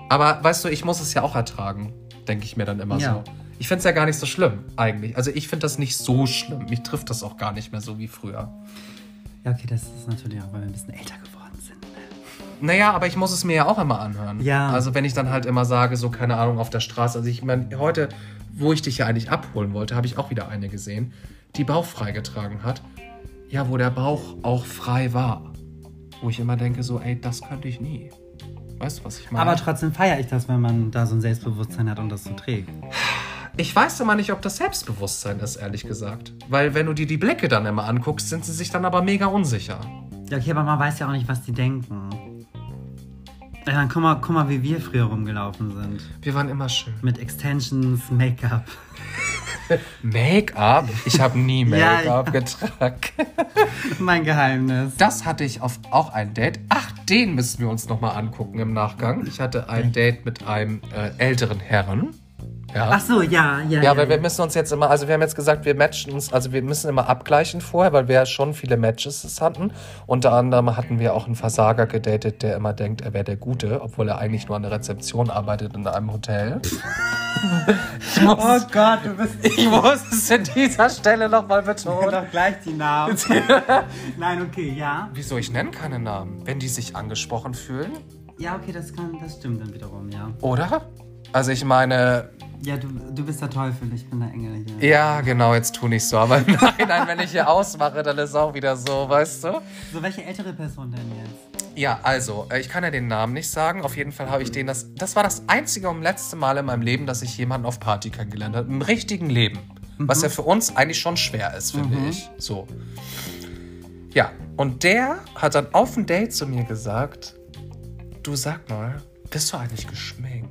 [SPEAKER 1] Aber weißt du, ich muss es ja auch ertragen, denke ich mir dann immer
[SPEAKER 2] Ja.
[SPEAKER 1] so. Ich finde es ja gar nicht so schlimm, eigentlich. Also ich finde das nicht so schlimm. Mich trifft das auch gar nicht mehr so wie früher.
[SPEAKER 2] Ja, okay, das ist natürlich auch, weil wir ein bisschen älter geworden sind.
[SPEAKER 1] Naja, aber ich muss es mir ja auch immer anhören.
[SPEAKER 2] Ja.
[SPEAKER 1] Also wenn ich dann halt immer sage, so keine Ahnung, auf der Straße. Also ich meine, heute, wo ich dich ja eigentlich abholen wollte, habe ich auch wieder eine gesehen, die Bauch freigetragen hat. Ja, wo der Bauch auch frei war. Wo ich immer denke, so, ey, das könnte ich nie. Weißt du, was ich meine?
[SPEAKER 2] Aber trotzdem feiere ich das, wenn man da so ein Selbstbewusstsein hat und das so trägt.
[SPEAKER 1] Ich weiß immer nicht, ob das Selbstbewusstsein ist, ehrlich gesagt. Weil wenn du dir die Blicke dann immer anguckst, sind sie sich dann aber mega unsicher.
[SPEAKER 2] Ja, okay, aber man weiß ja auch nicht, was die denken. Ja, dann guck mal, guck mal, wie wir früher rumgelaufen sind.
[SPEAKER 1] Wir waren immer schön.
[SPEAKER 2] Mit Extensions, Make-up.
[SPEAKER 1] Make-up? Ich habe nie
[SPEAKER 2] Ja,
[SPEAKER 1] Make-up getragen.
[SPEAKER 2] mein Geheimnis.
[SPEAKER 1] Das hatte ich auf auch ein Date. Ach, den müssen wir uns nochmal angucken im Nachgang. Ich hatte ein Date mit einem äh, älteren Herren.
[SPEAKER 2] Ach so, ja, ja.
[SPEAKER 5] Ja, weil wir müssen uns jetzt immer, also wir haben jetzt gesagt, wir matchen uns, also wir müssen immer abgleichen vorher, weil wir ja schon viele Matches hatten. Unter anderem hatten wir auch einen Versager gedatet, der immer denkt, er wäre der Gute, obwohl er eigentlich nur an der Rezeption arbeitet in einem Hotel. ich,
[SPEAKER 2] Oh
[SPEAKER 5] muss,
[SPEAKER 2] Gott, du bist
[SPEAKER 5] ich Oh, muss es an dieser Stelle nochmal betonen.
[SPEAKER 2] doch gleich die Namen. Nein, okay, ja.
[SPEAKER 1] Wieso? Ich nenne keine Namen. Wenn die sich angesprochen fühlen,
[SPEAKER 2] Ja, okay, das kann, das stimmt dann wiederum, ja.
[SPEAKER 1] oder? Also ich meine,
[SPEAKER 2] Ja, du, du bist der Teufel, ich bin der Engel hier.
[SPEAKER 1] ja, genau, jetzt tu nicht so. Aber nein, nein, wenn ich hier ausmache, dann ist auch wieder so, weißt du?
[SPEAKER 2] So, welche ältere Person denn jetzt?
[SPEAKER 1] Ja, also, äh, ich kann ja den Namen nicht sagen. Auf jeden Fall habe ich den das. Das war das einzige und letzte Mal in meinem Leben, dass ich jemanden auf Party kennengelernt habe. Im richtigen Leben. Was ja für uns eigentlich schon schwer ist, finde ich. So. Ja, und der hat dann auf dem Date zu mir gesagt: Du sag mal, bist du eigentlich geschminkt?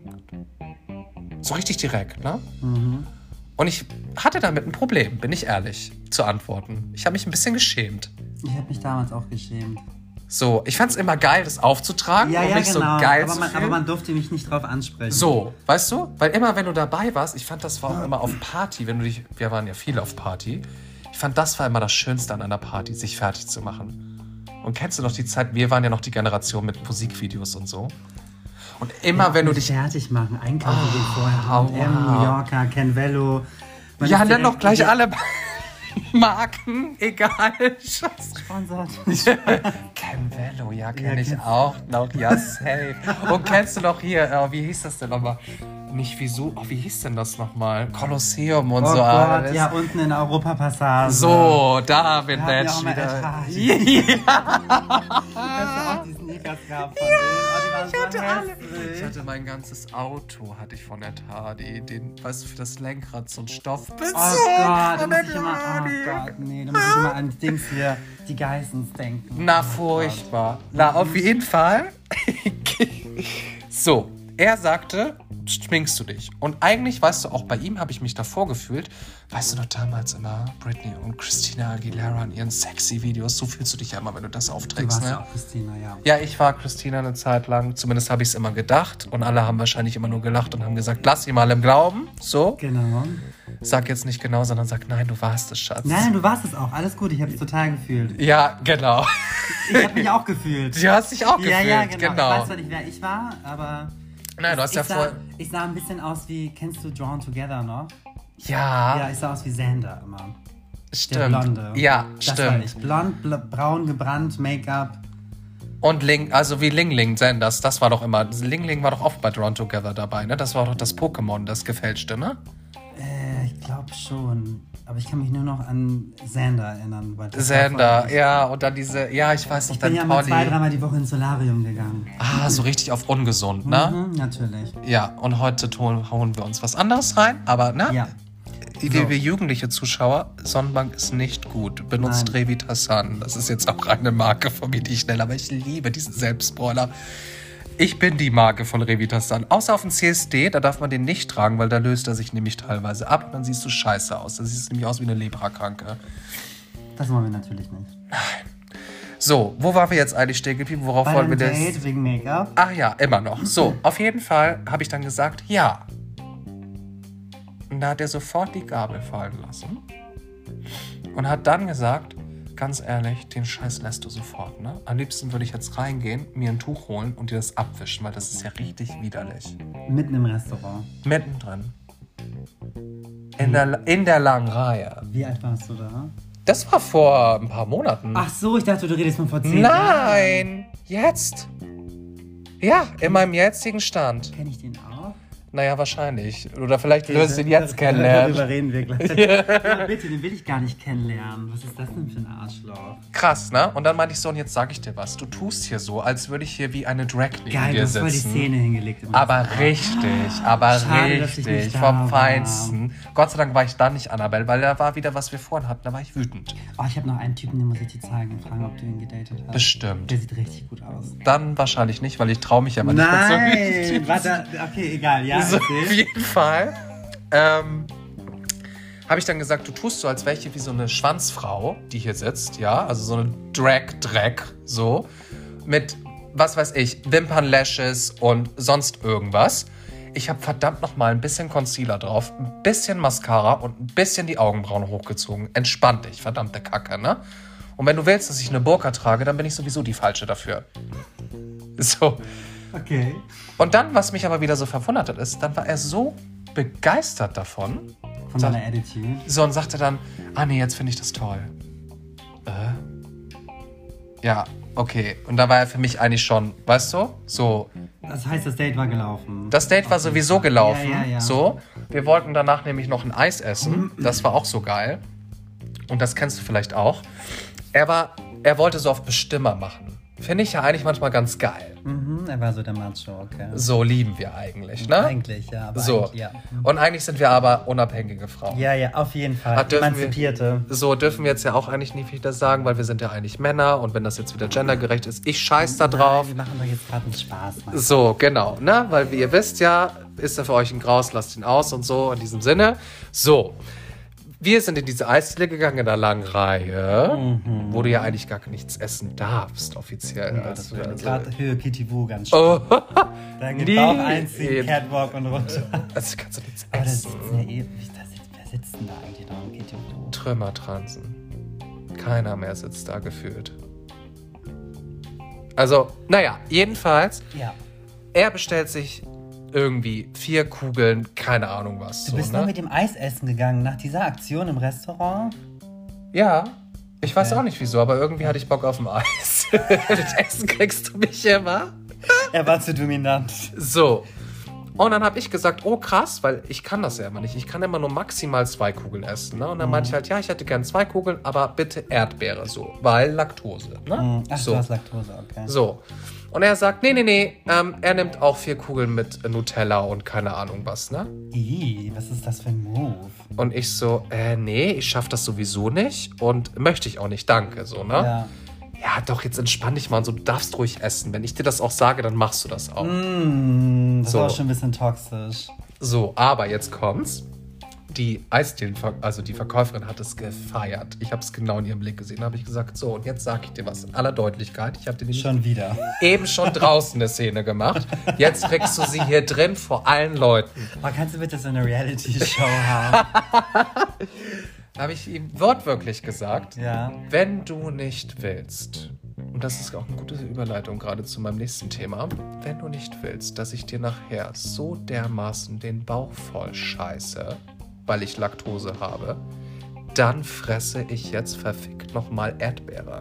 [SPEAKER 1] So richtig direkt, ne? Und ich hatte damit ein Problem, bin ich ehrlich, zu antworten. Ich habe mich ein bisschen geschämt.
[SPEAKER 2] Ich habe mich damals auch geschämt.
[SPEAKER 1] So, ich fand's immer geil, das aufzutragen
[SPEAKER 2] Ja,
[SPEAKER 1] und
[SPEAKER 2] ja,
[SPEAKER 1] mich
[SPEAKER 2] genau.
[SPEAKER 1] so geil
[SPEAKER 2] aber,
[SPEAKER 1] zu
[SPEAKER 2] man,
[SPEAKER 1] fühlen.
[SPEAKER 2] aber man durfte mich nicht drauf ansprechen.
[SPEAKER 1] so, weißt du? Weil immer, wenn du dabei warst, ich fand das war auch immer auf Party, wenn du dich, wir waren ja viel auf Party, ich fand das war immer das Schönste an einer Party, sich fertig zu machen. Und kennst du noch die Zeit, wir waren ja noch die Generation mit Musikvideos und so. Und immer, wenn du
[SPEAKER 2] Mich
[SPEAKER 1] dich... Oh,
[SPEAKER 2] fertig machen, einkaufen gehen vorher.
[SPEAKER 1] aua.
[SPEAKER 2] Und M, New Yorker, Ken Vello. Man
[SPEAKER 1] Ja,
[SPEAKER 2] ist
[SPEAKER 1] nenn
[SPEAKER 2] direkt
[SPEAKER 1] doch gleich alle Marken, egal. Scheiß
[SPEAKER 2] gesponsert.
[SPEAKER 1] Ken Vello, ja,
[SPEAKER 2] Ja,
[SPEAKER 1] kenne ich
[SPEAKER 2] Ken-
[SPEAKER 1] auch noch. Ja, safe. Und kennst du noch hier, äh, wie hieß das denn nochmal? Nicht wieso, oh, wie hieß denn das nochmal? Kolosseum und
[SPEAKER 2] Oh
[SPEAKER 1] so
[SPEAKER 2] Gott,
[SPEAKER 1] alles.
[SPEAKER 2] ja, unten in der Europapassage.
[SPEAKER 1] So, David
[SPEAKER 2] Ja, wir
[SPEAKER 1] Match
[SPEAKER 2] auch mal
[SPEAKER 1] wieder.
[SPEAKER 2] Etage. Hast du auch die Sneakers gehabt von denen? Oh, die waren so hässlich.
[SPEAKER 1] Ich hatte mein ganzes Auto, hatte ich von der Tadi. Den, weißt du, für das Lenkrad so ein Stoff.
[SPEAKER 2] Oh Gott, da muss ich immer, oh Gott, nee, da muss ich immer an Dings hier, die Geissens denken.
[SPEAKER 1] Na, furchtbar. Na, auf jeden Fall. so, er sagte, schminkst du dich. Und eigentlich, weißt du, auch bei ihm habe ich mich davor gefühlt, weißt du noch damals immer, Britney und Christina Aguilera in ihren sexy Videos, so fühlst du dich ja immer, wenn du das
[SPEAKER 2] Du
[SPEAKER 1] aufträgst,
[SPEAKER 2] warst ja
[SPEAKER 1] ne?
[SPEAKER 2] auch Christina, ja.
[SPEAKER 1] Ja, ich war Christina eine Zeit lang, zumindest habe ich es immer gedacht. Und alle haben wahrscheinlich immer nur gelacht und haben gesagt, lass sie mal im Glauben. So,
[SPEAKER 2] Genau.
[SPEAKER 1] sag jetzt nicht genau, sondern sag, nein, du warst es, Schatz.
[SPEAKER 2] Nein, du warst es auch, alles gut, ich hab's total gefühlt.
[SPEAKER 1] Ja, genau.
[SPEAKER 2] Ich hab mich auch gefühlt.
[SPEAKER 1] Du hast dich auch gefühlt.
[SPEAKER 2] Ja, ja, genau. Ich weiß zwar nicht, wer ich war, aber
[SPEAKER 1] Nein, du hast
[SPEAKER 2] ich,
[SPEAKER 1] ja
[SPEAKER 2] sah,
[SPEAKER 1] vor.
[SPEAKER 2] ich sah ein bisschen aus wie, kennst du Drawn Together noch?
[SPEAKER 1] Ja,
[SPEAKER 2] Ja, ich sah aus wie Xander immer.
[SPEAKER 1] stimmt.
[SPEAKER 2] Der Blonde.
[SPEAKER 1] Ja,
[SPEAKER 2] das War
[SPEAKER 1] stimmt.
[SPEAKER 2] ich. Blond, bl braun gebrannt, Make-up.
[SPEAKER 1] Und Ling, also wie Ling Ling Senders, das war doch immer. Ling Ling war doch oft bei Drawn Together dabei, ne? Das war doch das Pokémon, das gefälschte, ne?
[SPEAKER 2] Äh, ich glaube glaube schon. Aber ich kann mich nur noch an Xander erinnern. weil das war
[SPEAKER 1] Xander,
[SPEAKER 2] voll-
[SPEAKER 1] ja, und dann diese, ja, ich weiß noch,
[SPEAKER 2] Ich bin
[SPEAKER 1] dann
[SPEAKER 2] ja mal zwei,
[SPEAKER 1] Polly.
[SPEAKER 2] dreimal die Woche ins Solarium gegangen.
[SPEAKER 1] Ah, so richtig auf ungesund, ne?
[SPEAKER 2] Mhm, natürlich.
[SPEAKER 1] Ja, und heute tun, hauen wir uns was anderes rein, aber ne?
[SPEAKER 2] Ja.
[SPEAKER 1] Liebe
[SPEAKER 2] So.
[SPEAKER 1] jugendliche Zuschauer, Sonnenbank ist nicht gut. Benutzt
[SPEAKER 2] Nein.
[SPEAKER 1] Revitasan. Das ist jetzt auch eine Marke von mir, die ich nenne, aber ich liebe diesen Selbstspoiler. Ich bin die Marke von Revitasan. Außer auf dem CSD, da darf man den nicht tragen, weil da löst er sich nämlich teilweise ab und dann siehst du scheiße aus. Da siehst du nämlich aus wie eine Leprakranke.
[SPEAKER 2] Das wollen wir natürlich nicht.
[SPEAKER 1] So, wo waren wir jetzt eigentlich stehen geblieben? Worauf
[SPEAKER 2] Bei
[SPEAKER 1] wollen wir
[SPEAKER 2] einem
[SPEAKER 1] das?
[SPEAKER 2] Date wegen Make-up?
[SPEAKER 1] Ach ja, immer noch. So, auf jeden Fall habe ich dann gesagt, ja. Und da hat er sofort die Gabel fallen lassen. Und hat dann gesagt, ganz ehrlich, den Scheiß lässt du sofort, ne? Am liebsten würde ich jetzt reingehen, mir ein Tuch holen und dir das abwischen, weil das ist ja richtig widerlich.
[SPEAKER 2] Mitten im Restaurant.
[SPEAKER 1] Mittendrin. In der, in der langen Reihe.
[SPEAKER 2] Wie alt warst du da?
[SPEAKER 1] Das war vor ein paar Monaten.
[SPEAKER 2] Ach so, ich dachte, du redest von vor zehn Jahren.
[SPEAKER 1] Nein! Jetzt! Ja, in meinem jetzigen Stand.
[SPEAKER 2] Kenne ich den auch?
[SPEAKER 1] Naja, wahrscheinlich. Oder vielleicht wirst du ihn
[SPEAKER 2] Dar-
[SPEAKER 1] jetzt
[SPEAKER 2] Darüber
[SPEAKER 1] kennenlernen.
[SPEAKER 2] reden wir gleich. ja, bitte, den will ich gar nicht kennenlernen. Was ist das denn für ein Arschloch?
[SPEAKER 1] Krass, ne? Und dann meinte ich so, und jetzt sag ich dir was. Du tust hier so, als würde ich hier wie eine Drag neben
[SPEAKER 2] Geil, du
[SPEAKER 1] dir
[SPEAKER 2] hast voll die
[SPEAKER 1] sitzen.
[SPEAKER 2] Szene hingelegt. im
[SPEAKER 1] Aber
[SPEAKER 2] Restaurant.
[SPEAKER 1] richtig, aber
[SPEAKER 2] Ah, Schade, dass ich
[SPEAKER 1] richtig,
[SPEAKER 2] nicht da
[SPEAKER 1] vom
[SPEAKER 2] war.
[SPEAKER 1] Feinsten. Gott sei Dank war ich da nicht Annabelle, weil da war wieder, was wir vorhin hatten, da war ich wütend.
[SPEAKER 2] Oh, ich habe noch einen Typen, den muss ich dir zeigen und fragen, ob du ihn gedatet hast.
[SPEAKER 1] Bestimmt.
[SPEAKER 2] Der sieht richtig gut aus.
[SPEAKER 1] Dann wahrscheinlich nicht, weil ich traue mich ja mal nicht.
[SPEAKER 2] Nein! Warte, okay, egal. Ja,
[SPEAKER 1] So, auf
[SPEAKER 2] erzähl.
[SPEAKER 1] jeden Fall ähm, habe ich dann gesagt, du tust so, als wäre ich hier wie so eine Schwanzfrau, die hier sitzt, ja, also so eine Drag-Drag, so, mit, was weiß ich, Wimpern-Lashes und sonst irgendwas. Ich habe verdammt nochmal ein bisschen Concealer drauf, ein bisschen Mascara und ein bisschen die Augenbrauen hochgezogen. Entspann dich, verdammte Kacke, ne? Und wenn du willst, dass ich eine Burka trage, dann bin ich sowieso die Falsche dafür. So.
[SPEAKER 2] Okay.
[SPEAKER 1] Und dann, was mich aber wieder so verwundert hat, ist, dann war er so begeistert davon,
[SPEAKER 2] Von
[SPEAKER 1] Sag-
[SPEAKER 2] deiner Attitude.
[SPEAKER 1] so und sagte dann, ah nee, jetzt finde ich das toll. Äh? Ja, okay. Und da war er für mich eigentlich schon, weißt du, so,
[SPEAKER 2] Das heißt, das Date war gelaufen.
[SPEAKER 1] das Date war sowieso gelaufen.
[SPEAKER 2] Ja, Mhm. ja, ja.
[SPEAKER 1] So, wir wollten danach nämlich noch ein Eis essen. Das war auch so geil. Und das kennst du vielleicht auch. Er war, er wollte so auf Bestimmer machen. Finde ich ja eigentlich manchmal ganz geil.
[SPEAKER 2] Mhm, er war so der Macho, okay.
[SPEAKER 1] So lieben wir eigentlich, ne?
[SPEAKER 2] Eigentlich, ja. Aber
[SPEAKER 1] So.
[SPEAKER 2] eigentlich, Ja. Mhm.
[SPEAKER 1] Und eigentlich sind wir aber unabhängige Frauen.
[SPEAKER 2] ja, ja, auf jeden Fall.
[SPEAKER 1] Ah, dürfen wir-
[SPEAKER 2] Emanzipierte.
[SPEAKER 1] So dürfen wir jetzt ja auch eigentlich nicht wieder sagen, weil wir sind ja eigentlich Männer und wenn das jetzt wieder gendergerecht ist, ich scheiß da drauf.
[SPEAKER 2] Wir machen doch jetzt gerade einen Spaß. Mann.
[SPEAKER 1] So, genau, ne? Weil wie ihr wisst ja, ist er für euch ein Graus, lasst ihn aus und so in diesem Sinne. So. Wir sind in diese Eisdiele gegangen in der langen Reihe, wo du ja eigentlich gar nichts essen darfst, offiziell.
[SPEAKER 2] Mhm. Ja, das
[SPEAKER 1] Also,
[SPEAKER 2] wird
[SPEAKER 1] also-
[SPEAKER 2] gerade Höhe Kitty Wu ganz schön.
[SPEAKER 1] oh,
[SPEAKER 2] da geht
[SPEAKER 1] nee.
[SPEAKER 2] Bauch einziehen, Catwalk und runter.
[SPEAKER 1] also kannst du nichts
[SPEAKER 2] Aber da sitzen
[SPEAKER 1] essen.
[SPEAKER 2] ja eh, wie- da sitzt, wer sitzt denn da eigentlich noch im Kitty Wu?
[SPEAKER 1] Trümmertransen. Keiner mehr sitzt da gefühlt. Also, naja, jedenfalls,
[SPEAKER 2] Ja.
[SPEAKER 1] er bestellt sich irgendwie vier Kugeln, keine Ahnung was.
[SPEAKER 2] Du
[SPEAKER 1] so,
[SPEAKER 2] bist
[SPEAKER 1] ne?
[SPEAKER 2] nur mit dem Eis essen gegangen nach dieser Aktion im Restaurant.
[SPEAKER 1] Ja. Ich weiß auch nicht wieso, aber irgendwie hatte ich Bock auf ein Eis. das Essen kriegst du mich immer.
[SPEAKER 2] Er war zu dominant.
[SPEAKER 1] So. Und dann habe ich gesagt, oh krass, weil ich kann das ja immer nicht. Ich kann immer nur maximal zwei Kugeln essen. Ne? Und dann
[SPEAKER 2] Mhm.
[SPEAKER 1] meinte ich halt, ja, ich hätte gern zwei Kugeln, aber bitte Erdbeere so, weil Laktose. Ne?
[SPEAKER 2] Mhm. Ach,
[SPEAKER 1] so.
[SPEAKER 2] du hast Laktose, okay.
[SPEAKER 1] So. Und er sagt, nee, nee, nee, ähm, er nimmt auch vier Kugeln mit Nutella und keine Ahnung was, ne?
[SPEAKER 2] Ih, was ist das für ein Move?
[SPEAKER 1] Und ich so, äh, nee, ich schaff das sowieso nicht und möchte ich auch nicht, danke, so, ne?
[SPEAKER 2] Ja.
[SPEAKER 1] Ja, doch, jetzt entspann dich mal und so, du darfst ruhig essen. Wenn ich dir das auch sage, dann machst du das auch.
[SPEAKER 2] Mm, das
[SPEAKER 1] So.
[SPEAKER 2] war auch schon ein bisschen toxisch.
[SPEAKER 1] So, aber jetzt kommt's. Die Eisdielen, also die Verkäuferin hat es gefeiert. Ich habe es genau in ihrem Blick gesehen. Da habe ich gesagt, so, und jetzt sage ich dir was in aller Deutlichkeit. Ich habe dir nämlich
[SPEAKER 2] Schon wieder.
[SPEAKER 1] eben schon draußen eine Szene gemacht. Jetzt kriegst du sie hier drin vor allen Leuten.
[SPEAKER 2] Oh, kannst du bitte so eine Reality-Show haben?
[SPEAKER 1] Da habe ich ihm wortwörtlich gesagt,
[SPEAKER 2] Ja.
[SPEAKER 1] wenn du nicht willst, und das ist auch eine gute Überleitung gerade zu meinem nächsten Thema, wenn du nicht willst, dass ich dir nachher so dermaßen den Bauch voll scheiße, weil ich Laktose habe, dann fresse ich jetzt verfickt nochmal Erdbeere.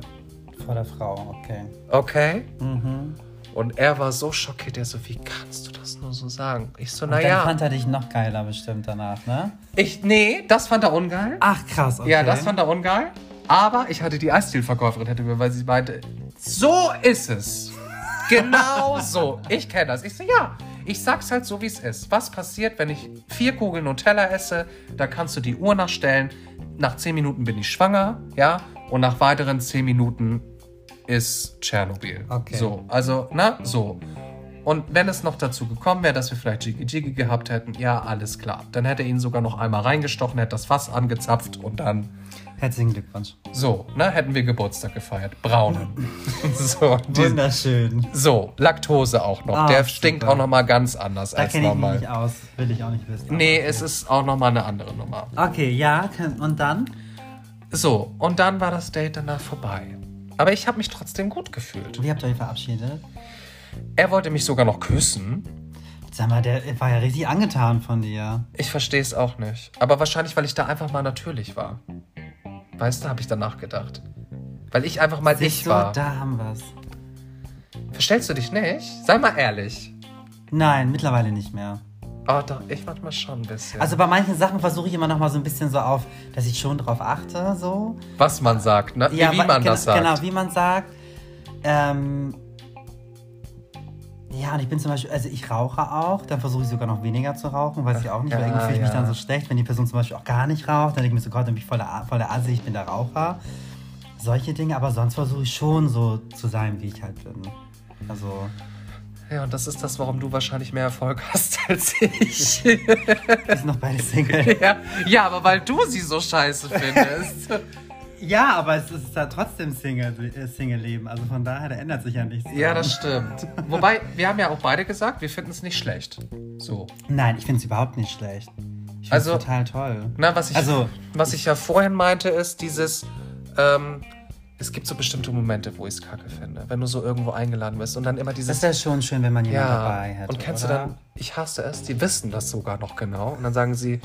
[SPEAKER 2] Vor der Frau, okay.
[SPEAKER 1] Okay?
[SPEAKER 2] Mhm.
[SPEAKER 6] Und er war so schockiert, er so, wie kannst du das nur so sagen? Ich so,
[SPEAKER 2] Dann
[SPEAKER 6] naja.
[SPEAKER 2] fand er dich noch geiler bestimmt danach, ne?
[SPEAKER 6] Ich, nee, das fand er ungeil.
[SPEAKER 2] Ach krass, okay.
[SPEAKER 1] Ja, das fand er ungeil. Aber ich hatte die Eisdielverkäuferin hätte mir, weil sie meinte, so ist es. Genau so. Ich kenne das. Ich so, ja, ich sag's halt so, wie es ist. Was passiert, wenn ich vier Kugeln Nutella esse? Da kannst du die Uhr nachstellen. Nach zehn Minuten bin ich schwanger, ja. Und nach weiteren zehn Minuten ist Tschernobyl.
[SPEAKER 2] Okay.
[SPEAKER 1] So, also, na, so. Und wenn es noch dazu gekommen wäre, dass wir vielleicht Jiggy Jiggy gehabt hätten, ja, alles klar. Dann hätte er ihn sogar noch einmal reingestochen, hätte das Fass angezapft und dann
[SPEAKER 2] Herzlichen Glückwunsch.
[SPEAKER 1] so, ne, hätten wir Geburtstag gefeiert. Braunen. so, die,
[SPEAKER 2] Wunderschön.
[SPEAKER 1] so, Laktose auch noch.
[SPEAKER 2] Ah,
[SPEAKER 1] Der stinkt
[SPEAKER 2] super.
[SPEAKER 1] auch noch mal ganz anders
[SPEAKER 2] Da
[SPEAKER 1] als
[SPEAKER 2] kenne ich mich
[SPEAKER 1] normal.
[SPEAKER 2] nicht aus. Will ich auch nicht wissen.
[SPEAKER 1] nee, es ist auch noch mal eine andere Nummer.
[SPEAKER 2] Okay, ja, kann- und dann?
[SPEAKER 1] So, und dann war das Date danach vorbei. Aber ich habe mich trotzdem gut gefühlt.
[SPEAKER 2] Wie habt ihr euch verabschiedet?
[SPEAKER 1] Er wollte mich sogar noch küssen.
[SPEAKER 2] Sag mal, der war ja richtig angetan von dir.
[SPEAKER 1] Ich verstehe es auch nicht. Aber wahrscheinlich, weil ich da einfach mal natürlich war. Weißt du, habe ich danach gedacht. Weil ich einfach mal
[SPEAKER 2] Siehst
[SPEAKER 1] ich
[SPEAKER 2] du,
[SPEAKER 1] war.
[SPEAKER 2] Da haben wir's.
[SPEAKER 1] Verstellst du dich nicht? Sei mal ehrlich.
[SPEAKER 2] Nein, mittlerweile nicht mehr.
[SPEAKER 1] Oh doch, ich manchmal schon ein bisschen.
[SPEAKER 2] Also bei manchen Sachen versuche ich immer noch mal so ein bisschen so auf, dass ich schon drauf achte, so.
[SPEAKER 1] was man sagt, ne? wie,
[SPEAKER 2] wa-
[SPEAKER 1] wie man
[SPEAKER 2] genau,
[SPEAKER 1] das sagt.
[SPEAKER 2] Genau, wie man sagt. Ähm, ja, und ich bin zum Beispiel, also ich rauche auch, dann versuche ich sogar noch weniger zu rauchen, weiß ich auch nicht, weil
[SPEAKER 1] ja,
[SPEAKER 2] irgendwie fühle ich mich
[SPEAKER 1] ja.
[SPEAKER 2] dann so schlecht, wenn die Person zum Beispiel auch gar nicht raucht, dann denke ich mir so, Gott, dann bin ich voller, A- voller Assi, ich bin der Raucher. Solche Dinge, aber sonst versuche ich schon so zu sein, wie ich halt bin. Also,
[SPEAKER 1] Ja, und das ist das, warum du wahrscheinlich mehr Erfolg hast als ich.
[SPEAKER 2] ist noch beide Single.
[SPEAKER 1] ja. ja, aber weil du sie so scheiße findest.
[SPEAKER 2] ja, aber es ist ja trotzdem Single- äh, Single-Leben, also von daher, da ändert sich ja nichts.
[SPEAKER 1] ja, das stimmt. Wobei, wir haben ja auch beide gesagt, wir finden es nicht schlecht. So.
[SPEAKER 2] Nein, ich finde es überhaupt nicht schlecht. Ich finde es
[SPEAKER 1] Also-
[SPEAKER 2] total toll.
[SPEAKER 1] Na, was ich,
[SPEAKER 2] Also-
[SPEAKER 1] was ich ja vorhin meinte, ist dieses, ähm, es gibt so bestimmte Momente, wo ich es kacke finde. Wenn du so irgendwo eingeladen bist und dann immer
[SPEAKER 2] Das ist
[SPEAKER 1] dieses.
[SPEAKER 2] ja schon schön, wenn man jemanden
[SPEAKER 1] Ja,
[SPEAKER 2] dabei hat.
[SPEAKER 1] und kennst du
[SPEAKER 2] oder?
[SPEAKER 1] dann, ich hasse es, die wissen das sogar noch genau. Und dann sagen sie,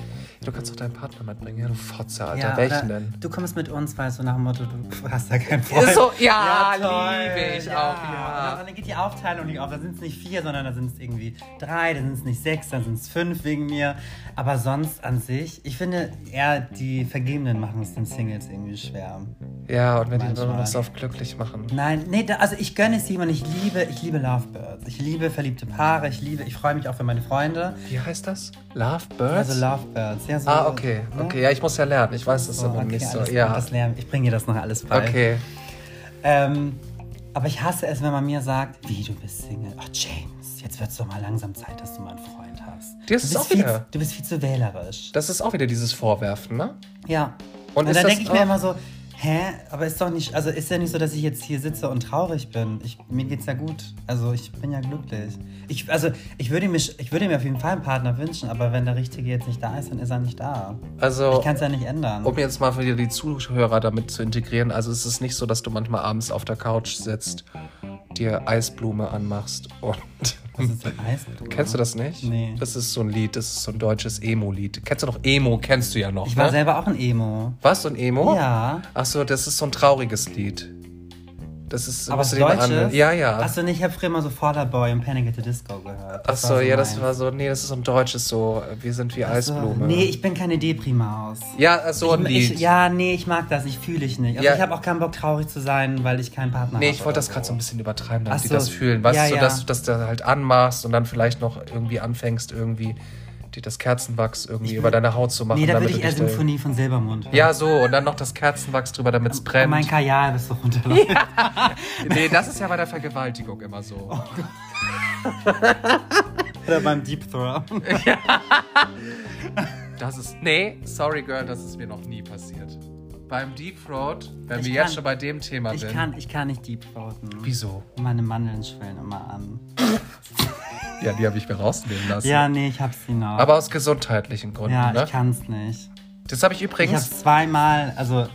[SPEAKER 1] du kannst doch deinen Partner mitbringen. Ja, du Fotze, Alter,
[SPEAKER 2] Ja,
[SPEAKER 1] welchen
[SPEAKER 2] oder
[SPEAKER 1] denn?
[SPEAKER 2] Du kommst mit uns, weil so nach dem Motto, du hast da keinen Freund.
[SPEAKER 1] Ist so, ja,
[SPEAKER 2] toll, Genau,
[SPEAKER 1] liebe ich auch, ja.
[SPEAKER 2] Und dann geht die Aufteilung nicht auf. Da sind es nicht vier, sondern da sind es irgendwie drei, dann sind es nicht sechs, dann sind es fünf wegen mir. Aber sonst an sich, ich finde eher die Vergebenen machen es den Singles irgendwie schwer.
[SPEAKER 1] Ja, und wenn die nur
[SPEAKER 2] Manchmal.
[SPEAKER 1] noch so auf glücklich machen.
[SPEAKER 2] Nein, nee, da, also ich gönne es jemandem. Ich liebe, ich liebe Lovebirds. Ich liebe verliebte Paare. Ich liebe, ich freue mich auch für meine Freunde.
[SPEAKER 1] Wie heißt das? Lovebirds?
[SPEAKER 2] Also Lovebirds, ja so.
[SPEAKER 1] ah, okay.
[SPEAKER 2] ne?
[SPEAKER 1] Okay, ja, ich muss ja lernen. Ich weiß es
[SPEAKER 2] So,
[SPEAKER 1] immer
[SPEAKER 2] okay,
[SPEAKER 1] nicht so.
[SPEAKER 2] alles gut,
[SPEAKER 1] Ja.
[SPEAKER 2] das lernen. Ich bringe dir das noch alles bei.
[SPEAKER 1] Okay.
[SPEAKER 2] Ähm, aber ich hasse es, wenn man mir sagt, wie du bist Single. Ach, James, jetzt wird es doch mal langsam Zeit, dass du mal einen Freund hast.
[SPEAKER 1] Das
[SPEAKER 2] du,
[SPEAKER 1] ist
[SPEAKER 2] bist
[SPEAKER 1] auch
[SPEAKER 2] viel,
[SPEAKER 1] wieder-
[SPEAKER 2] du bist viel zu wählerisch.
[SPEAKER 1] Das ist auch wieder dieses Vorwerfen, ne?
[SPEAKER 2] Ja.
[SPEAKER 1] Und
[SPEAKER 2] Und,
[SPEAKER 1] ist
[SPEAKER 2] dann
[SPEAKER 1] das
[SPEAKER 2] denke ich mir
[SPEAKER 1] auch-
[SPEAKER 2] immer so, hä? Aber ist doch nicht, also ist ja nicht so, dass ich jetzt hier sitze und traurig bin. Ich, mir geht's ja gut. Also ich bin ja glücklich. Ich, also ich würde, mich, ich würde mir auf jeden Fall einen Partner wünschen, aber wenn der Richtige jetzt nicht da ist, dann ist er nicht da.
[SPEAKER 1] Also,
[SPEAKER 2] Ich kann es ja nicht ändern.
[SPEAKER 1] um jetzt mal wieder die Zuhörer damit zu integrieren, also es ist nicht so, dass du manchmal abends auf der Couch sitzt, dir Eisblume anmachst und.
[SPEAKER 2] Das ist ein Eisblume.
[SPEAKER 1] Kennst du das nicht?
[SPEAKER 2] Nee.
[SPEAKER 1] Das ist so ein Lied, das ist so ein deutsches Emo-Lied. Kennst du noch Emo? Kennst du ja noch.
[SPEAKER 2] Ich war
[SPEAKER 1] ne?
[SPEAKER 2] selber auch ein Emo.
[SPEAKER 1] Was, so ein Emo?
[SPEAKER 2] Ja.
[SPEAKER 1] Achso, das ist so ein trauriges Lied. Das ist.
[SPEAKER 2] Aber
[SPEAKER 1] musst
[SPEAKER 2] es
[SPEAKER 1] du dir mal anhören.
[SPEAKER 2] Deutsches?
[SPEAKER 1] Ja, ja.
[SPEAKER 2] Achso, nee, ich habe früher immer so Fallout Boy und Panic at the Disco gehört.
[SPEAKER 1] Ach so, ja, das
[SPEAKER 2] meins.
[SPEAKER 1] war so, nee, das ist so ein deutsches so, äh, wir sind wie
[SPEAKER 2] So,
[SPEAKER 1] Eisblume.
[SPEAKER 2] Nee, ich bin keine Deprimaus.
[SPEAKER 1] ja, äh, so ein
[SPEAKER 2] Ich,
[SPEAKER 1] Lied.
[SPEAKER 2] ich, ja, nee, ich mag das, ich fühle ich nicht. Also
[SPEAKER 1] Ja.
[SPEAKER 2] ich habe auch keinen Bock traurig zu sein, weil ich keinen Partner habe.
[SPEAKER 1] nee, ich wollte das gerade so ein bisschen übertreiben, damit
[SPEAKER 2] Ach
[SPEAKER 1] die
[SPEAKER 2] so.
[SPEAKER 1] das fühlen. Weißt
[SPEAKER 2] Ja,
[SPEAKER 1] du,
[SPEAKER 2] ja.
[SPEAKER 1] dass du das da halt anmachst und dann vielleicht noch irgendwie anfängst, irgendwie die, das Kerzenwachs irgendwie über deine Haut zu machen.
[SPEAKER 2] Nee, da würde
[SPEAKER 1] damit
[SPEAKER 2] ich
[SPEAKER 1] du
[SPEAKER 2] eher
[SPEAKER 1] dich da-
[SPEAKER 2] Symphonie von Silbermond hören.
[SPEAKER 1] Ja, so, und dann noch das Kerzenwachs drüber, damit es
[SPEAKER 2] Und mein
[SPEAKER 1] brennt.
[SPEAKER 2] Kajal ist so runterläuft.
[SPEAKER 1] nee, das ist ja bei der Vergewaltigung immer so.
[SPEAKER 2] Oder beim Deep Throw.
[SPEAKER 1] Das ist. Nee, sorry, Girl, das ist mir noch nie passiert. Beim Deep Throat, wenn
[SPEAKER 2] Ich
[SPEAKER 1] wir
[SPEAKER 2] kann-
[SPEAKER 1] jetzt schon bei dem Thema
[SPEAKER 2] Ich
[SPEAKER 1] sind.
[SPEAKER 2] kann, ich kann nicht Deep Throaten.
[SPEAKER 1] Wieso?
[SPEAKER 2] Meine Mandeln schwellen immer an.
[SPEAKER 1] Ja, die habe ich mir rausnehmen lassen.
[SPEAKER 2] Ja, nee, ich hab sie noch.
[SPEAKER 1] Aber aus gesundheitlichen Gründen,
[SPEAKER 2] ja,
[SPEAKER 1] ne?
[SPEAKER 2] ich kann's nicht.
[SPEAKER 1] Das habe ich
[SPEAKER 2] Ich habe
[SPEAKER 1] übrigens.
[SPEAKER 2] zweimal, also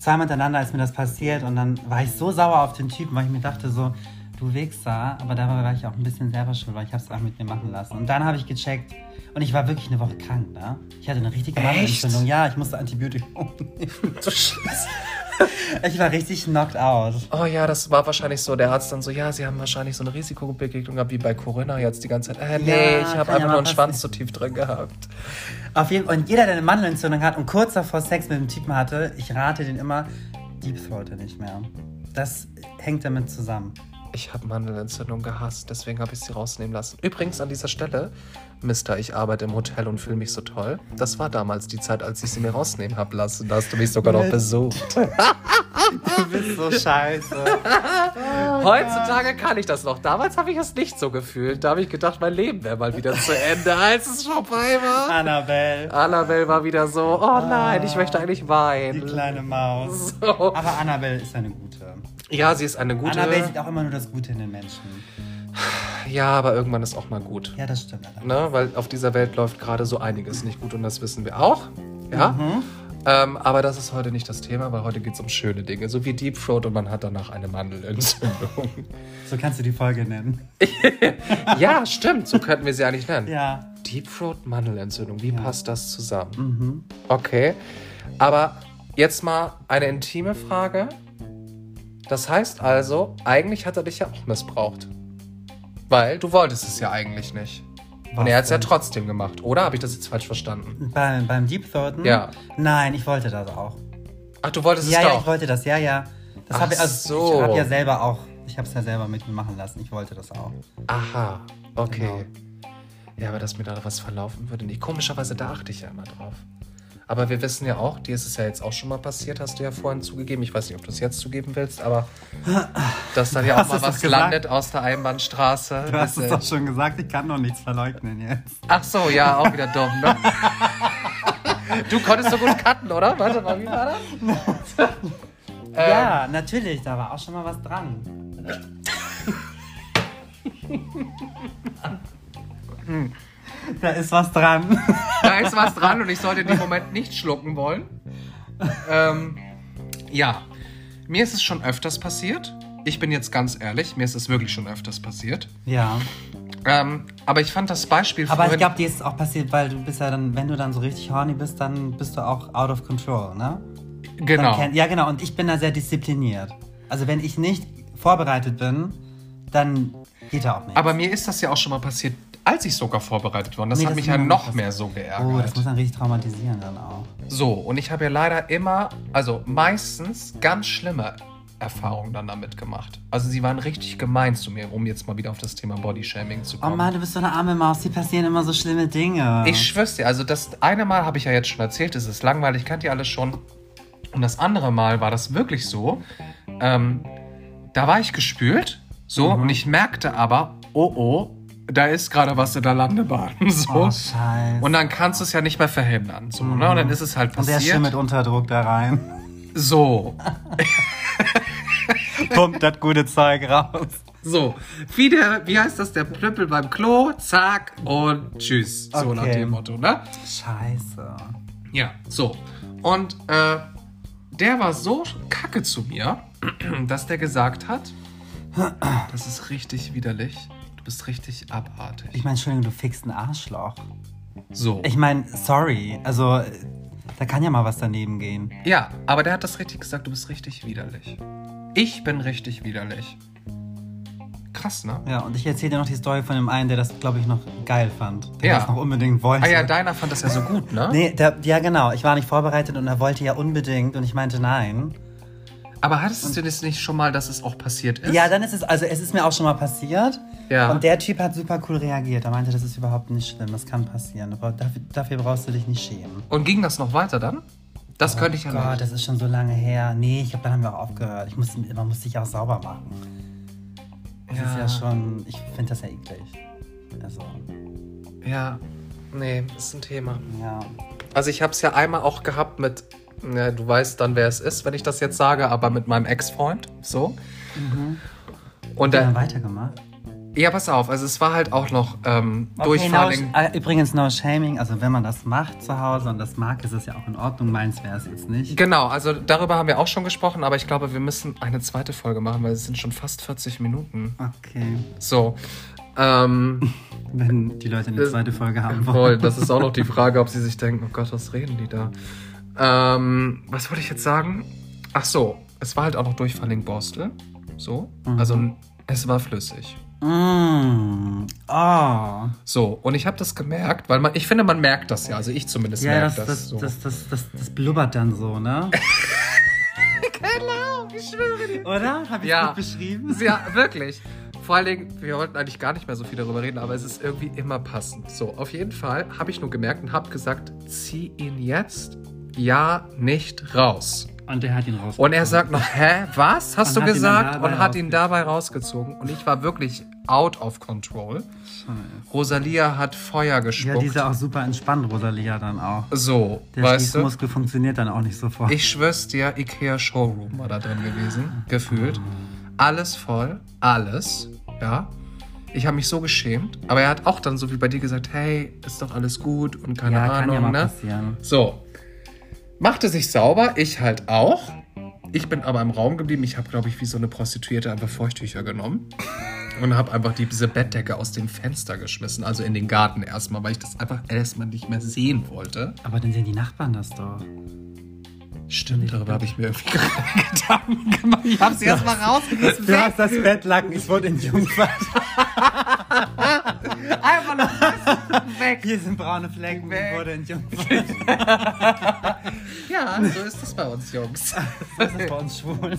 [SPEAKER 2] zweimal hintereinander ist mir das passiert und dann war ich so sauer auf den Typen, weil ich mir dachte so, du Wichser, aber dabei war ich auch ein bisschen selber schuld, weil ich habe es auch mit mir machen lassen. Und dann habe ich gecheckt und ich war wirklich eine Woche krank, ne? Ich hatte eine richtige
[SPEAKER 1] Echt?
[SPEAKER 2] Mandelentzündung. Ja, ich musste Antibiotikum nehmen.
[SPEAKER 1] Du Scheiße.
[SPEAKER 2] Ich war richtig knocked out.
[SPEAKER 1] Oh ja, das war wahrscheinlich so. Der Arzt dann so, ja, sie haben wahrscheinlich so eine Risikobegegnung gehabt wie bei Corinna jetzt die ganze Zeit. Äh, nee, ich
[SPEAKER 2] kann
[SPEAKER 1] habe
[SPEAKER 2] ja
[SPEAKER 1] einfach
[SPEAKER 2] mal
[SPEAKER 1] nur einen
[SPEAKER 2] passieren.
[SPEAKER 1] Schwanz so tief drin gehabt.
[SPEAKER 2] Auf jeden, und jeder, der eine Mandelentzündung hat und kurz davor Sex mit einem Typen hatte, ich rate den immer, Deep Throat nicht mehr. Das hängt damit zusammen.
[SPEAKER 1] Ich habe Mandelentzündung gehasst, deswegen habe ich sie rausnehmen lassen. Übrigens an dieser Stelle, Mister, ich arbeite im Hotel und fühle mich so toll. Das war damals die Zeit, als ich sie mir rausnehmen habe lassen. Da hast du mich sogar noch
[SPEAKER 2] Mit-
[SPEAKER 1] besucht.
[SPEAKER 2] Du bist so scheiße.
[SPEAKER 1] Heutzutage kann ich das noch. Damals habe ich es nicht so gefühlt. Da habe ich gedacht, mein Leben wäre mal wieder zu Ende, als es vorbei war.
[SPEAKER 2] Annabelle,
[SPEAKER 1] Annabelle war wieder so, oh nein, ich möchte eigentlich
[SPEAKER 2] Ah. die
[SPEAKER 1] weinen.
[SPEAKER 2] kleine Maus.
[SPEAKER 1] So.
[SPEAKER 2] Aber Annabelle ist eine gute.
[SPEAKER 1] Ja, sie ist eine gute.
[SPEAKER 2] Annabelle sieht auch immer nur das Gute in den Menschen.
[SPEAKER 1] Ja, aber irgendwann ist auch mal gut.
[SPEAKER 2] Ja, das stimmt. Annabelle.
[SPEAKER 1] Ne? Weil auf dieser Welt läuft gerade so einiges nicht gut und das wissen wir auch. Ja.
[SPEAKER 2] Mhm.
[SPEAKER 1] Ähm, aber das ist heute nicht das Thema, weil heute geht es um schöne Dinge. So wie Deep Throat und man hat danach eine Mandelentzündung.
[SPEAKER 2] So kannst du die Folge nennen.
[SPEAKER 1] ja, stimmt. So könnten wir sie eigentlich nennen.
[SPEAKER 2] Ja.
[SPEAKER 1] Deep Throat Mandelentzündung. Wie passt das zusammen?
[SPEAKER 2] Mhm.
[SPEAKER 1] Okay. Aber jetzt mal eine intime Frage. Das heißt also, eigentlich hat er dich ja auch missbraucht. Weil du wolltest es ja eigentlich nicht. Und
[SPEAKER 2] Was
[SPEAKER 1] er hat es ja
[SPEAKER 2] denn?
[SPEAKER 1] trotzdem gemacht, oder? Habe ich das jetzt falsch verstanden?
[SPEAKER 2] Beim, beim Deep Throaten?
[SPEAKER 1] Ja.
[SPEAKER 2] Nein, ich wollte das auch.
[SPEAKER 1] Ach, du wolltest
[SPEAKER 2] Ja,
[SPEAKER 1] es
[SPEAKER 2] ja, ich
[SPEAKER 1] doch.
[SPEAKER 2] wollte das, ja, ja. Das
[SPEAKER 1] Ach
[SPEAKER 2] habe ich, also,
[SPEAKER 1] so.
[SPEAKER 2] ich habe ja selber auch, ich habe es ja selber mit mir machen lassen. Ich wollte das auch.
[SPEAKER 1] Aha, okay.
[SPEAKER 2] Genau.
[SPEAKER 1] Ja, aber dass mir da was verlaufen würde, nicht. Komischerweise, da achte ich ja immer drauf. Aber wir wissen ja auch, dir ist es ja jetzt auch schon mal passiert, hast du ja vorhin zugegeben. Ich weiß nicht, ob du es jetzt zugeben willst, aber dass dann ja auch
[SPEAKER 2] Hast
[SPEAKER 1] mal
[SPEAKER 2] du's
[SPEAKER 1] was
[SPEAKER 2] doch gesagt?
[SPEAKER 1] landet aus der Einbahnstraße.
[SPEAKER 2] Du hast es
[SPEAKER 1] Weißt
[SPEAKER 2] doch schon gesagt, ich kann doch nichts verleugnen jetzt.
[SPEAKER 1] Ach so, ja, auch wieder dumm, ne? Du konntest so gut cutten, oder? Warte mal, wie war das? Ähm,
[SPEAKER 2] Ja,
[SPEAKER 4] Ähm.
[SPEAKER 2] natürlich, da war auch schon mal was dran. da ist was dran.
[SPEAKER 4] Da ist was dran und ich sollte den Moment nicht schlucken wollen. Ähm, ja, mir ist es schon öfters passiert. Ich bin jetzt ganz ehrlich, mir ist es wirklich schon öfters passiert.
[SPEAKER 2] Ja,
[SPEAKER 4] Ähm, aber ich fand das Beispiel
[SPEAKER 2] aber ich glaube, dir ist es auch passiert, weil du bist ja dann, wenn du dann so richtig horny bist, dann bist du auch out of control, ne? Dann
[SPEAKER 4] genau.
[SPEAKER 2] kenn- ja, genau. Und ich bin da sehr diszipliniert. Also wenn ich nicht vorbereitet bin, dann geht da auch nichts.
[SPEAKER 4] Aber mir ist das ja auch schon mal passiert, als ich sogar vorbereitet war. Und das
[SPEAKER 2] Nee,
[SPEAKER 4] hat
[SPEAKER 2] das
[SPEAKER 4] mich
[SPEAKER 2] ist
[SPEAKER 4] ja
[SPEAKER 2] mir
[SPEAKER 4] noch
[SPEAKER 2] noch
[SPEAKER 4] mehr so
[SPEAKER 2] oh, das
[SPEAKER 4] geärgert.
[SPEAKER 2] muss dann richtig traumatisieren dann auch.
[SPEAKER 4] so, und ich habe ja leider immer, also meistens ganz schlimme Erfahrungen dann damit gemacht. Also sie waren richtig gemein zu mir, um jetzt mal wieder auf das Thema Bodyshaming zu
[SPEAKER 2] Oh
[SPEAKER 4] kommen.
[SPEAKER 2] Mann, du bist so eine arme Maus, die passieren immer so schlimme Dinge.
[SPEAKER 4] Ich schwör's dir, also das eine Mal habe ich ja jetzt schon erzählt, es ist langweilig, kannt ihr alles schon. Und das andere Mal war das wirklich so. Ähm, da war ich gespült, so,
[SPEAKER 2] Mhm.
[SPEAKER 4] und ich merkte aber, oh oh, da ist gerade was in der Landebahn. So.
[SPEAKER 2] Oh, scheiße. Mhm.
[SPEAKER 4] und dann kannst du es ja nicht mehr verhindern. So, ne? Und dann ist es halt
[SPEAKER 2] Und der schön mit
[SPEAKER 4] passiert.
[SPEAKER 2] Unterdruck da rein.
[SPEAKER 4] So.
[SPEAKER 2] Pumpt das gute Zeug raus.
[SPEAKER 4] So. Wie, der, wie heißt das? Der Plüppel beim Klo, zack und tschüss. So nach
[SPEAKER 2] Okay.
[SPEAKER 4] dem Motto, ne?
[SPEAKER 2] Scheiße.
[SPEAKER 4] Ja, so. Und äh, der war so kacke zu mir, dass der gesagt hat, das ist richtig widerlich. Du bist richtig abartig.
[SPEAKER 2] Ich meine, Entschuldigung, du fickst ein Arschloch.
[SPEAKER 4] So.
[SPEAKER 2] Ich meine, sorry. Also, äh, da kann ja mal was daneben gehen.
[SPEAKER 4] Ja, aber der hat das richtig gesagt, du bist richtig widerlich. Ich bin richtig widerlich. Krass, ne?
[SPEAKER 2] Ja, und ich erzähle dir noch die Story von dem einen, der das, glaube ich, noch geil fand. Der
[SPEAKER 4] Ja.
[SPEAKER 2] das noch unbedingt wollte.
[SPEAKER 4] Ah ja, deiner fand das ja so gut, ne?
[SPEAKER 2] Nee, der, ja genau. Ich war nicht vorbereitet und er wollte ja unbedingt und ich meinte nein.
[SPEAKER 4] Aber hattest du das nicht schon mal, dass es auch passiert ist?
[SPEAKER 2] Ja, dann ist es, also es ist mir auch schon mal passiert.
[SPEAKER 4] Ja.
[SPEAKER 2] Und der Typ hat super cool reagiert. Er meinte, das ist überhaupt nicht schlimm, das kann passieren. Aber dafür, dafür brauchst du dich nicht schämen.
[SPEAKER 4] Und ging das noch weiter dann? Das könnte ich ja
[SPEAKER 2] Oh Gott,
[SPEAKER 4] nicht.
[SPEAKER 2] das ist schon so lange her. Nee, ich glaube, dann haben wir auch aufgehört. Ich muss, man muss sich auch sauber machen. Das ist
[SPEAKER 4] Ja.
[SPEAKER 2] ja schon, ich finde das ja eklig. Also,
[SPEAKER 1] Ja, nee, ist ein Thema.
[SPEAKER 2] ja.
[SPEAKER 1] Also ich habe es ja einmal auch gehabt mit, ja, du weißt dann, wer es ist, wenn ich das jetzt sage, aber mit meinem Ex-Freund, so. Und
[SPEAKER 2] Dann
[SPEAKER 1] da,
[SPEAKER 2] weitergemacht.
[SPEAKER 1] ja, pass auf, also es war halt auch noch ähm,
[SPEAKER 2] Okay, no,
[SPEAKER 4] Durchfalling.
[SPEAKER 2] äh, übrigens, no shaming. Also, wenn man das macht zu Hause und das mag, ist es ja auch in Ordnung. Meins wäre es jetzt nicht.
[SPEAKER 1] Genau, also darüber haben wir auch schon gesprochen, aber ich glaube, wir müssen eine zweite Folge machen, weil es sind schon fast 40 Minuten.
[SPEAKER 2] Okay.
[SPEAKER 1] So. Ähm,
[SPEAKER 2] Wenn die Leute eine
[SPEAKER 1] Das-
[SPEAKER 2] zweite Folge haben
[SPEAKER 1] voll,
[SPEAKER 2] wollen.
[SPEAKER 1] das ist auch noch die Frage, ob sie sich denken, oh Gott, was reden die da? Ähm, was wollte ich jetzt sagen? Ach so, es war halt auch noch Durchfall in Borstel. So.
[SPEAKER 2] Mhm.
[SPEAKER 1] Also es war flüssig.
[SPEAKER 2] Mm. Ah.
[SPEAKER 1] So, und ich habe das gemerkt, weil man, ich finde, man merkt das ja. Also ich zumindest
[SPEAKER 2] Ja, das,
[SPEAKER 1] merke das,
[SPEAKER 2] das, das,
[SPEAKER 1] so.
[SPEAKER 2] das, das, das, blubbert dann so, ne?
[SPEAKER 1] genau, ich schwöre dir.
[SPEAKER 2] Oder? Hab ich
[SPEAKER 1] Ja.
[SPEAKER 2] gut beschrieben?
[SPEAKER 1] Ja, wirklich. Vor allen Dingen, wir wollten eigentlich gar nicht mehr so viel darüber reden, aber es ist irgendwie immer passend. So, auf jeden Fall habe ich nur gemerkt und habe gesagt, zieh ihn jetzt ja nicht raus.
[SPEAKER 2] Und er hat ihn raus.
[SPEAKER 1] Und er sagt noch, hä, was hast
[SPEAKER 2] Und
[SPEAKER 1] du
[SPEAKER 2] hat ihn
[SPEAKER 1] gesagt?
[SPEAKER 2] dann dabei
[SPEAKER 1] und hat ihn dabei rausgezogen. Und ich war wirklich out of control. Rosalia hat Feuer
[SPEAKER 2] Ja,
[SPEAKER 1] gespuckt.
[SPEAKER 2] die ist ja auch super entspannt, Rosalia dann auch.
[SPEAKER 1] so,
[SPEAKER 2] Der
[SPEAKER 1] weißt du?
[SPEAKER 2] Schließmuskel funktioniert dann auch nicht sofort.
[SPEAKER 1] Ich schwör's dir, Ikea Showroom war da drin gewesen, gefühlt. Alles voll, alles, ja. Ich habe mich so geschämt, aber er hat auch dann so wie bei dir gesagt, hey, ist doch alles gut und keine
[SPEAKER 2] ja, kann
[SPEAKER 1] Ahnung,
[SPEAKER 2] ja mal
[SPEAKER 1] ne?
[SPEAKER 2] passieren.
[SPEAKER 1] So. Machte sich sauber, ich halt auch. Ich bin aber im Raum geblieben. Ich habe, glaube ich, wie so eine Prostituierte einfach Feuchttücher genommen und habe einfach die, diese Bettdecke aus dem Fenster geschmissen, also in den Garten erstmal, weil ich das einfach erstmal nicht mehr sehen wollte.
[SPEAKER 2] Aber dann sehen die Nachbarn das doch.
[SPEAKER 1] Stimmt, darüber habe ich mir irgendwie keine Gedanken gemacht. Ich habe sie erstmal rausgerissen.
[SPEAKER 2] Du hast das Bettlaken, ich wurde in Jungfahrt.
[SPEAKER 1] Einfach noch weg.
[SPEAKER 2] Hier sind braune Flecken,
[SPEAKER 1] Weg.
[SPEAKER 2] ich wurde in Jungfahrt.
[SPEAKER 1] Ja, so ist das bei uns, Jungs.
[SPEAKER 2] Das ist bei uns schwul.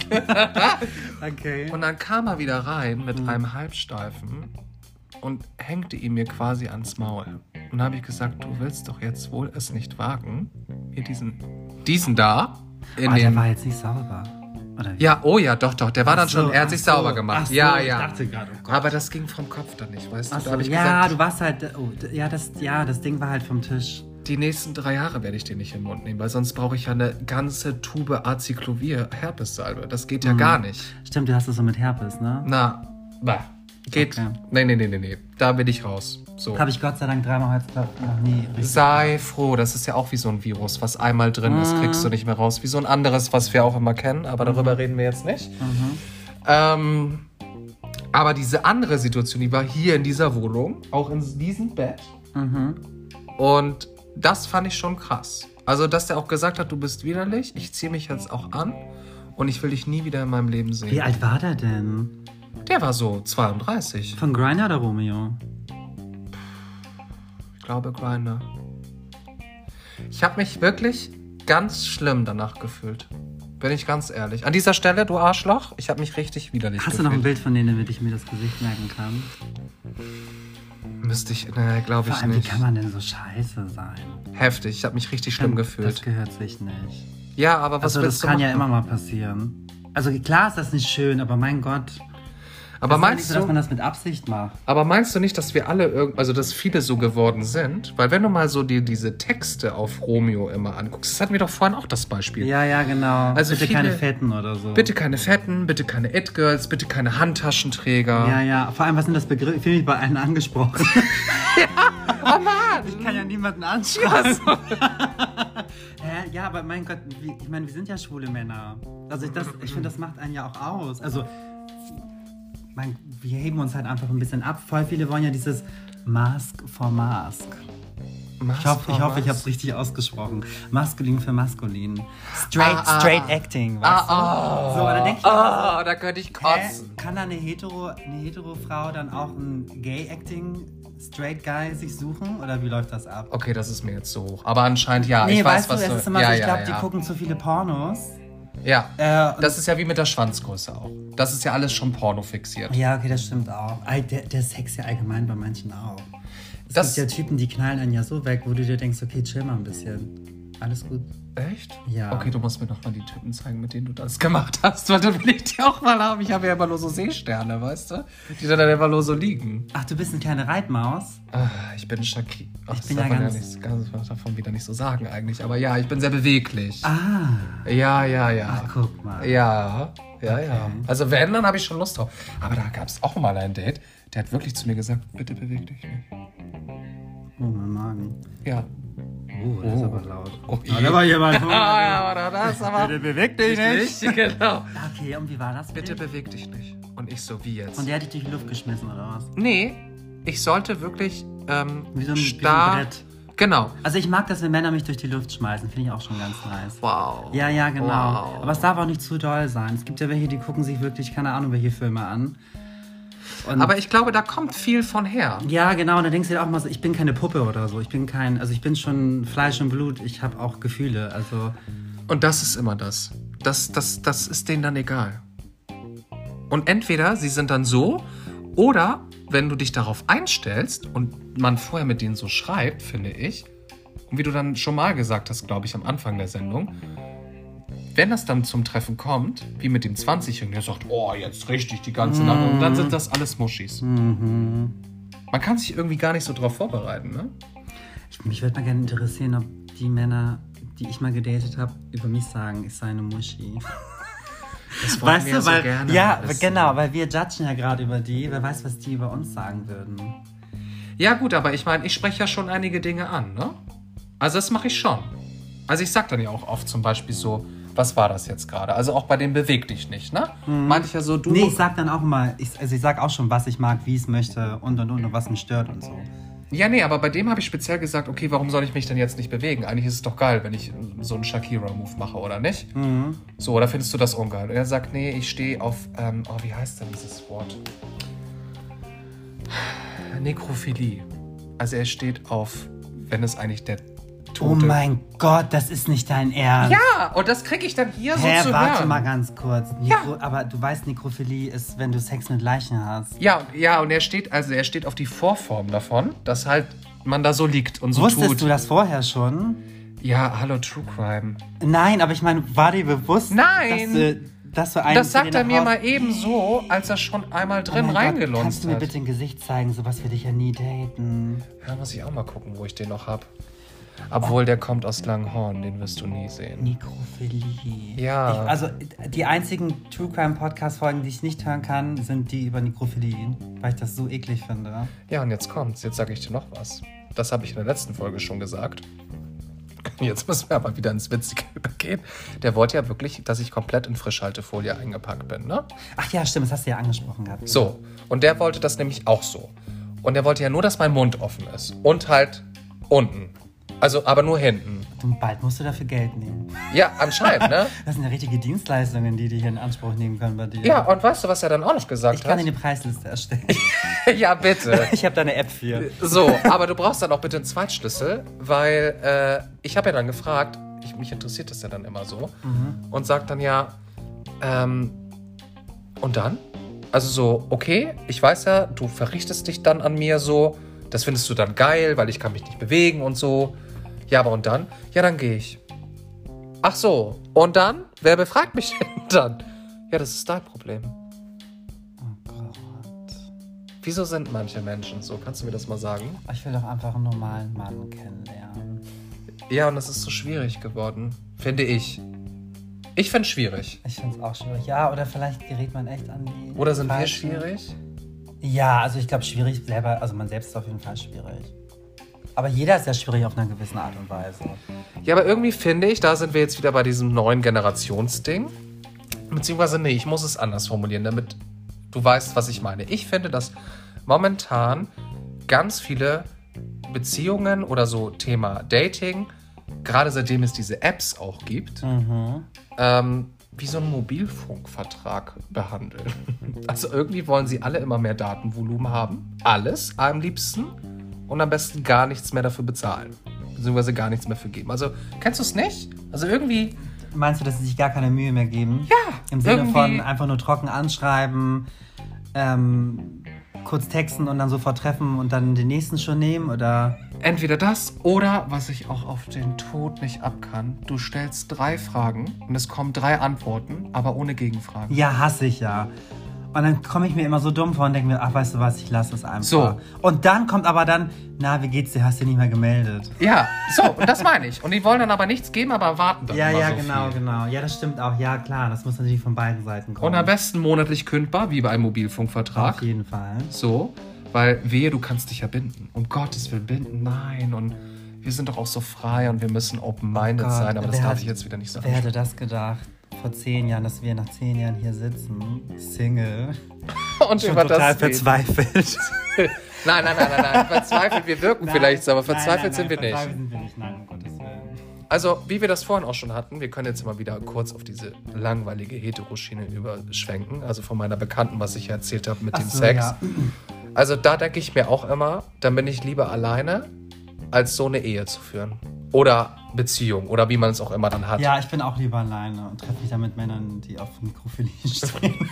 [SPEAKER 2] Okay.
[SPEAKER 1] Und dann kam er wieder rein
[SPEAKER 2] Mhm.
[SPEAKER 1] mit einem Halbsteifen und hängte ihn mir quasi ans Maul. Und dann habe ich gesagt, du willst doch jetzt wohl es nicht wagen, mir diesen, diesen da in
[SPEAKER 2] Ah, der
[SPEAKER 1] den...
[SPEAKER 2] war jetzt nicht sauber. Oder wie?
[SPEAKER 1] Ja, oh ja, doch, doch, der war dann
[SPEAKER 2] Ach
[SPEAKER 1] schon,
[SPEAKER 2] so,
[SPEAKER 1] er hat sich
[SPEAKER 2] ach so,
[SPEAKER 1] sauber gemacht.
[SPEAKER 2] ach so,
[SPEAKER 1] ja,
[SPEAKER 2] ich
[SPEAKER 1] ja.
[SPEAKER 2] dachte gerade, oh Gott.
[SPEAKER 1] Aber das ging vom Kopf dann nicht, weißt du?
[SPEAKER 2] Ach
[SPEAKER 1] da
[SPEAKER 2] so,
[SPEAKER 1] habe ich
[SPEAKER 2] ja,
[SPEAKER 1] gesagt,
[SPEAKER 2] du warst halt. Oh, d- ja, das, ja, das Ding war halt vom Tisch.
[SPEAKER 1] die nächsten drei Jahre werde ich den nicht in den Mund nehmen, weil sonst brauche ich ja eine ganze Tube Acyclovir Herpessalbe. Das geht
[SPEAKER 2] Mhm.
[SPEAKER 1] ja gar nicht.
[SPEAKER 2] Stimmt, du hast es so mit Herpes, ne?
[SPEAKER 1] Na, na, geht.
[SPEAKER 2] Okay.
[SPEAKER 1] Nee, nee, nee, nee, nee. Da bin ich raus. So.
[SPEAKER 2] Habe ich Gott sei Dank dreimal jetzt glaub, noch nie richtig.
[SPEAKER 1] Sei froh, das ist ja auch wie so ein Virus, was einmal drin ist, kriegst du nicht mehr raus. Wie so ein anderes, was wir auch immer kennen, aber darüber reden wir jetzt nicht. Ähm, aber diese andere Situation, die war hier in dieser Wohnung, auch in diesem Bett.
[SPEAKER 2] Mhm.
[SPEAKER 1] Und das fand ich schon krass. Also, dass der auch gesagt hat, du bist widerlich, ich ziehe mich jetzt auch an und ich will dich nie wieder in meinem Leben sehen.
[SPEAKER 2] Wie alt war der denn?
[SPEAKER 1] Der war so 32.
[SPEAKER 2] Von Grindr oder Romeo?
[SPEAKER 1] Ich glaube Grinder. Ich habe mich wirklich ganz schlimm danach gefühlt. Bin ich ganz ehrlich. An dieser Stelle, du Arschloch, ich habe mich richtig widerlich
[SPEAKER 2] Hast du
[SPEAKER 1] gefühlt.
[SPEAKER 2] noch ein Bild von denen, damit ich mir das Gesicht merken kann?
[SPEAKER 1] Müsste ich, nee, glaube
[SPEAKER 2] Vor
[SPEAKER 1] ich
[SPEAKER 2] allem, wie
[SPEAKER 1] nicht.
[SPEAKER 2] kann man denn so scheiße sein?
[SPEAKER 1] Heftig, ich habe mich richtig schlimm
[SPEAKER 2] Ähm, Das
[SPEAKER 1] gefühlt.
[SPEAKER 2] gehört sich nicht.
[SPEAKER 1] Ja, aber was
[SPEAKER 2] also, das
[SPEAKER 1] willst du
[SPEAKER 2] kann ja
[SPEAKER 1] machen?
[SPEAKER 2] immer mal passieren. Also, klar ist das nicht schön, aber mein Gott.
[SPEAKER 1] aber
[SPEAKER 2] das ist ja nicht
[SPEAKER 1] meinst
[SPEAKER 2] so, dass
[SPEAKER 1] du,
[SPEAKER 2] man das mit Absicht macht?
[SPEAKER 1] aber meinst du nicht, dass wir alle irgend, also dass viele so geworden sind? Weil wenn du mal so dir diese Texte auf Romeo immer anguckst, das hatten wir doch vorhin auch das Beispiel.
[SPEAKER 2] Ja, ja, genau.
[SPEAKER 1] Also
[SPEAKER 2] Bitte
[SPEAKER 1] viele-
[SPEAKER 2] keine Fetten oder so.
[SPEAKER 1] Bitte keine Fetten, bitte keine It-Girls, bitte keine Handtaschenträger.
[SPEAKER 2] Ja, ja. Vor allem, was sind das Begriffe? Ich fühle mich bei allen angesprochen.
[SPEAKER 1] Oh Mann!
[SPEAKER 2] Ich kann ja niemanden anschreiben. Hä? Ja, aber mein Gott, wie, ich meine, wir sind ja schwule Männer. Also ich, das- ich finde, das macht einen ja auch aus. Also, mein, wir heben uns halt einfach ein bisschen ab. Voll viele wollen ja dieses Mask for Mask. Ich hoffe, ich, hoffe, ich habe es richtig ausgesprochen. Maskulin für maskulin. Straight,
[SPEAKER 1] Ah, ah,
[SPEAKER 2] straight acting, weißt du? So, und dann denke ich, mir,
[SPEAKER 1] Oh, da könnte ich
[SPEAKER 2] hä,
[SPEAKER 1] kotzen.
[SPEAKER 2] kann da eine hetero, eine hetero Frau dann auch ein Gay Acting, Straight Guy sich suchen? Oder wie läuft das ab?
[SPEAKER 1] Okay, das ist mir jetzt so hoch. Aber anscheinend ja.
[SPEAKER 2] Nee,
[SPEAKER 1] Ah, ich weiß,
[SPEAKER 2] weißt
[SPEAKER 1] was
[SPEAKER 2] du, es
[SPEAKER 1] du.
[SPEAKER 2] ist immer
[SPEAKER 1] ja,
[SPEAKER 2] so, ich
[SPEAKER 1] ja,
[SPEAKER 2] glaube,
[SPEAKER 1] ja.
[SPEAKER 2] die gucken zu viele Pornos.
[SPEAKER 1] Ja.
[SPEAKER 2] Äh, und-
[SPEAKER 1] das ist ja wie mit der Schwanzgröße auch. Das ist ja alles schon porno fixiert.
[SPEAKER 2] ja, okay, das stimmt auch. Ei, Der, der Sex ja allgemein bei manchen auch. Es
[SPEAKER 1] Das-
[SPEAKER 2] das gibt ja Typen, die knallen einen ja so weg, wo du dir denkst, okay, chill mal ein bisschen. Alles gut.
[SPEAKER 1] Echt?
[SPEAKER 2] Ja.
[SPEAKER 1] Okay, du musst mir nochmal die Typen zeigen, mit denen du das gemacht hast, weil dann will ich die auch mal haben. Ich habe ja immer nur so Seesterne, weißt du? Die dann immer nur so liegen.
[SPEAKER 2] Ach, du bist eine kleine Reitmaus?
[SPEAKER 1] Ah, ich bin Shakira. Ach,
[SPEAKER 2] Ich
[SPEAKER 1] das
[SPEAKER 2] bin
[SPEAKER 1] darf
[SPEAKER 2] ja
[SPEAKER 1] man
[SPEAKER 2] ganz-
[SPEAKER 1] nicht, ganz was davon wieder nicht so sagen eigentlich. Aber ja, ich bin sehr beweglich.
[SPEAKER 2] Ah,
[SPEAKER 1] Ja, ja, ja.
[SPEAKER 2] Ach, guck mal.
[SPEAKER 1] Ja, ja, ja. Also wenn, dann habe ich schon Lust drauf. Aber da gab es auch mal ein Date, der hat wirklich zu mir gesagt, bitte beweg dich nicht.
[SPEAKER 2] oh, mein Magen.
[SPEAKER 1] Ja.
[SPEAKER 2] Oh, das ist aber laut.
[SPEAKER 1] Oh,
[SPEAKER 2] Ah, da war jemand.
[SPEAKER 1] aber das ist aber...
[SPEAKER 2] beweg dich
[SPEAKER 1] genau.
[SPEAKER 2] Okay, und wie war das?
[SPEAKER 1] Bitte
[SPEAKER 2] Bild?
[SPEAKER 1] beweg dich nicht. Und ich so, wie jetzt?
[SPEAKER 2] Und der hat dich durch die Luft geschmissen, oder was?
[SPEAKER 1] nee, ich sollte wirklich ähm,
[SPEAKER 2] Wie so ein- wie so ein
[SPEAKER 1] starr...
[SPEAKER 2] Brett.
[SPEAKER 1] Genau.
[SPEAKER 2] Also ich mag das, wenn Männer mich durch die Luft schmeißen. Finde ich auch schon ganz nice.
[SPEAKER 1] Wow.
[SPEAKER 2] Ja, ja, genau.
[SPEAKER 1] Wow.
[SPEAKER 2] Aber es darf auch nicht zu doll sein. Es gibt ja welche, die gucken sich wirklich, keine Ahnung, welche Filme an. Und
[SPEAKER 1] Aber ich glaube, da kommt viel von her.
[SPEAKER 2] ja, genau, und dann denkst du dir auch mal so, ich bin keine Puppe oder so. Ich bin kein, also ich bin schon Fleisch und Blut, ich habe auch Gefühle. Also,
[SPEAKER 1] Und das ist immer das. Das, das. das ist denen dann egal. Und entweder sie sind dann so, oder wenn du dich darauf einstellst und man vorher mit denen so schreibt, finde ich, und wie du dann schon mal gesagt hast, glaube ich, am Anfang der Sendung, wenn das dann zum Treffen kommt, wie mit dem 20-Jährigen, der sagt, oh, jetzt richtig die ganze Nacht, und dann
[SPEAKER 2] Mhm.
[SPEAKER 1] sind das alles Muschis. Man kann sich irgendwie gar nicht so drauf vorbereiten, ne?
[SPEAKER 2] ich, mich würde mal gerne interessieren, ob die Männer, die ich mal gedatet habe, über mich sagen, ich sei eine Muschi.
[SPEAKER 1] Das wollen
[SPEAKER 2] Weißt
[SPEAKER 1] wir
[SPEAKER 2] du,
[SPEAKER 1] so
[SPEAKER 2] weil,
[SPEAKER 1] gerne
[SPEAKER 2] ja,
[SPEAKER 1] wissen.
[SPEAKER 2] genau, weil wir judgen ja gerade über die, wer weiß, was die über uns sagen würden.
[SPEAKER 1] Ja, gut, aber ich meine, ich spreche ja schon einige Dinge an, ne? Also, das mache ich schon. Also, ich sag dann ja auch oft zum Beispiel so, was war das jetzt gerade? Also, auch bei dem beweg dich nicht, ne? Meinte ich ja so, du.
[SPEAKER 2] Mhm. Nee, ich sag dann auch mal, ich, also ich sag auch schon, was ich mag, wie ich es möchte und und und und was mich stört und so.
[SPEAKER 1] ja, nee, aber bei dem habe ich speziell gesagt, okay, warum soll ich mich denn jetzt nicht bewegen? Eigentlich ist es doch geil, wenn ich so einen Shakira-Move mache, oder nicht?
[SPEAKER 2] Mhm.
[SPEAKER 1] So, oder findest du das ungeil? Und er sagt, nee, ich stehe auf, ähm, oh, wie heißt denn dieses Wort? Nekrophilie. Also, er steht auf, wenn es eigentlich der
[SPEAKER 2] Oh
[SPEAKER 1] Tote
[SPEAKER 2] mein Gott, das ist nicht dein Ernst.
[SPEAKER 1] Ja, und das kriege ich dann hier
[SPEAKER 2] Hä,
[SPEAKER 1] so zu
[SPEAKER 2] warte
[SPEAKER 1] hören.
[SPEAKER 2] mal ganz kurz.
[SPEAKER 1] Ja.
[SPEAKER 2] Nekro Aber du weißt, Nekrophilie ist, wenn du Sex mit Leichen hast.
[SPEAKER 1] Ja, und- ja, und er steht, also er steht auf die Vorform davon, dass halt man da so liegt und so
[SPEAKER 2] Wusstest
[SPEAKER 1] tut.
[SPEAKER 2] du das vorher schon?
[SPEAKER 1] Ja, hallo True Crime.
[SPEAKER 2] Nein, aber ich meine, war dir bewusst,
[SPEAKER 1] Nein.
[SPEAKER 2] dass du, dass du einen
[SPEAKER 1] Das
[SPEAKER 2] von
[SPEAKER 1] sagt er
[SPEAKER 2] denen
[SPEAKER 1] mir
[SPEAKER 2] nach Hause-
[SPEAKER 1] mal eben so, als er schon einmal
[SPEAKER 2] Oh
[SPEAKER 1] drin
[SPEAKER 2] mein Gott, kannst
[SPEAKER 1] reingelunzt
[SPEAKER 2] du mir
[SPEAKER 1] hat.
[SPEAKER 2] bitte ein Gesicht zeigen? Sowas würde ich ja nie daten.
[SPEAKER 1] Ja, muss ich auch mal gucken, wo ich den noch hab. Obwohl, der kommt aus Langhorn, den wirst du nie sehen.
[SPEAKER 2] Nekrophilie.
[SPEAKER 1] Ja.
[SPEAKER 2] Ich, also die einzigen True Crime Podcast Folgen, die ich nicht hören kann, sind die über Nekrophilie, weil ich das so eklig finde.
[SPEAKER 1] Ja, und jetzt kommt's. Jetzt sage ich dir noch was. Das habe ich in der letzten Folge schon gesagt. Jetzt müssen wir aber wieder ins Witzige übergehen. Der wollte ja wirklich, dass ich komplett in Frischhaltefolie eingepackt bin, ne?
[SPEAKER 2] Ach ja, stimmt, das hast du ja angesprochen gehabt.
[SPEAKER 1] So. Und der wollte das nämlich auch so. Und er wollte ja nur, dass mein Mund offen ist. Und halt unten. Also, aber nur hinten.
[SPEAKER 2] Und bald musst du dafür Geld nehmen.
[SPEAKER 1] Ja, anscheinend, ne?
[SPEAKER 2] Das sind ja richtige Dienstleistungen, die die hier in Anspruch nehmen können bei dir.
[SPEAKER 1] Ja, und weißt du, was er dann auch noch gesagt
[SPEAKER 2] Ich kann dir
[SPEAKER 1] hat?
[SPEAKER 2] eine Preisliste erstellen.
[SPEAKER 1] ja, bitte.
[SPEAKER 2] Ich habe da eine App für.
[SPEAKER 1] So, aber du brauchst dann auch bitte einen Zweitschlüssel, weil äh, ich habe ja dann gefragt, ich, mich interessiert das ja dann immer so, und sagt dann ja, ähm, und dann? Also so, okay, ich weiß ja, du verrichtest dich dann an mir so, das findest du dann geil, weil ich kann mich nicht bewegen und so. Ja, aber und dann? Ja, dann gehe ich. Ach so, und dann? Wer befragt mich denn dann? Ja, das ist dein Problem.
[SPEAKER 2] Oh
[SPEAKER 1] Wieso sind manche Menschen so? Kannst du mir das mal sagen?
[SPEAKER 2] Ich will doch einfach einen normalen Mann kennenlernen.
[SPEAKER 1] Ja, und es ist so schwierig geworden, finde ich. Ich finde schwierig.
[SPEAKER 2] Ich finde es auch schwierig. Ja, oder vielleicht gerät man echt an die.
[SPEAKER 1] Oder sind wir
[SPEAKER 2] falschen-
[SPEAKER 1] schwierig?
[SPEAKER 2] Ja, also ich glaube, schwierig selber, also man selbst ist auf jeden Fall schwierig. Aber jeder ist ja schwierig auf einer gewissen Art und Weise.
[SPEAKER 1] Ja, aber irgendwie finde ich, da sind wir jetzt wieder bei diesem neuen Generationsding. Beziehungsweise, nee, ich muss es anders formulieren, damit du weißt, was ich meine. Ich finde, dass momentan ganz viele Beziehungen oder so Thema Dating, gerade seitdem es diese Apps auch gibt,
[SPEAKER 2] Mhm.
[SPEAKER 1] ähm, wie so einen Mobilfunkvertrag behandeln. Also irgendwie wollen sie alle immer mehr Datenvolumen haben. Alles am liebsten. Und am besten gar nichts mehr dafür bezahlen. Beziehungsweise gar nichts mehr für geben. Also kennst du es nicht? Also irgendwie,
[SPEAKER 2] Meinst du, dass sie sich gar keine Mühe mehr geben?
[SPEAKER 1] Ja,
[SPEAKER 2] Im Sinne
[SPEAKER 1] irgendwie-
[SPEAKER 2] von einfach nur trocken anschreiben, ähm, kurz texten und dann sofort treffen und dann den nächsten schon nehmen? Oder
[SPEAKER 1] entweder das oder, was ich auch auf den Tod nicht abkann, du stellst drei Fragen und es kommen drei Antworten, aber ohne Gegenfragen.
[SPEAKER 2] ja, hasse ich ja. Und dann komme ich mir immer so dumm vor und denke mir, ach, weißt du was, ich lasse es einfach.
[SPEAKER 1] So.
[SPEAKER 2] Und dann kommt aber dann, na, wie geht's dir? Hast du nicht mehr gemeldet?
[SPEAKER 1] Ja, so, und das meine ich. Und die wollen dann aber nichts geben, aber warten dann
[SPEAKER 2] Ja,
[SPEAKER 1] immer
[SPEAKER 2] ja,
[SPEAKER 1] so
[SPEAKER 2] genau,
[SPEAKER 1] viel.
[SPEAKER 2] genau. Ja, das stimmt auch. Ja, klar, das muss natürlich von beiden Seiten kommen.
[SPEAKER 1] Und am besten monatlich kündbar, wie bei einem Mobilfunkvertrag.
[SPEAKER 2] Auf jeden Fall.
[SPEAKER 1] So, weil wehe, du kannst dich ja binden. Um Gottes Willen binden, nein. Und wir sind doch auch so frei und wir müssen open-minded
[SPEAKER 2] Oh Gott,
[SPEAKER 1] sein, aber das
[SPEAKER 2] Äh, wer
[SPEAKER 1] darf
[SPEAKER 2] hat-
[SPEAKER 1] ich jetzt wieder nicht
[SPEAKER 2] Wer
[SPEAKER 1] sagen.
[SPEAKER 2] hätte das gedacht? Vor zehn Jahren, dass wir nach zehn Jahren hier sitzen, Single,
[SPEAKER 1] Und
[SPEAKER 2] schon total verzweifelt.
[SPEAKER 1] Nein, nein, nein, nein, nein. Verzweifelt, wir wirken
[SPEAKER 2] Nein,
[SPEAKER 1] vielleicht, aber
[SPEAKER 2] nein,
[SPEAKER 1] verzweifelt
[SPEAKER 2] nein,
[SPEAKER 1] sind wir
[SPEAKER 2] nein,
[SPEAKER 1] nicht.
[SPEAKER 2] Verzweifelt sind wir nicht, nein, um Gottes Willen.
[SPEAKER 1] Also, wie wir das vorhin auch schon hatten, wir können jetzt mal wieder kurz auf diese langweilige Heteroschiene überschwenken. Also von meiner Bekannten, was ich ja erzählt habe mit
[SPEAKER 2] Ach
[SPEAKER 1] dem
[SPEAKER 2] so,
[SPEAKER 1] Sex.
[SPEAKER 2] ja.
[SPEAKER 1] Also da denke ich mir auch immer, dann bin ich lieber alleine, als so eine Ehe zu führen. Oder Beziehung, oder wie man es auch immer dann hat.
[SPEAKER 2] ja, ich bin auch lieber alleine und treffe mich dann mit Männern, die auf Mikrophilie stehen.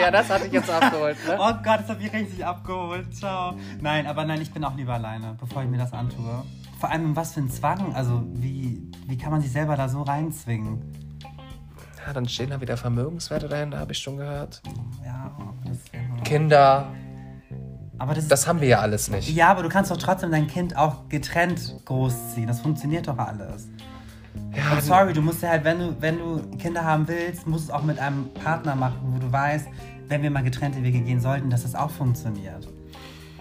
[SPEAKER 1] ja das hatte ich jetzt abgeholt. ne?
[SPEAKER 2] oh Gott, das hab ich richtig abgeholt, ciao. Nein, aber nein, ich bin auch lieber alleine, bevor ich mir das antue. Vor allem, um was für ein Zwang, also wie, wie kann man sich selber da so reinzwingen?
[SPEAKER 1] Ja, dann stehen da wieder Vermögenswerte dahinter, habe ich schon gehört.
[SPEAKER 2] Ja, das,
[SPEAKER 1] Kinder,
[SPEAKER 2] aber das,
[SPEAKER 1] das haben wir ja alles nicht.
[SPEAKER 2] Ja, aber du kannst doch trotzdem dein Kind auch getrennt großziehen. Das funktioniert doch alles.
[SPEAKER 1] Ja,
[SPEAKER 2] Aber sorry, du musst ja halt, wenn du, wenn du Kinder haben willst, musst du es auch mit einem Partner machen, wo du weißt, wenn wir mal getrennte Wege gehen sollten, dass das auch funktioniert.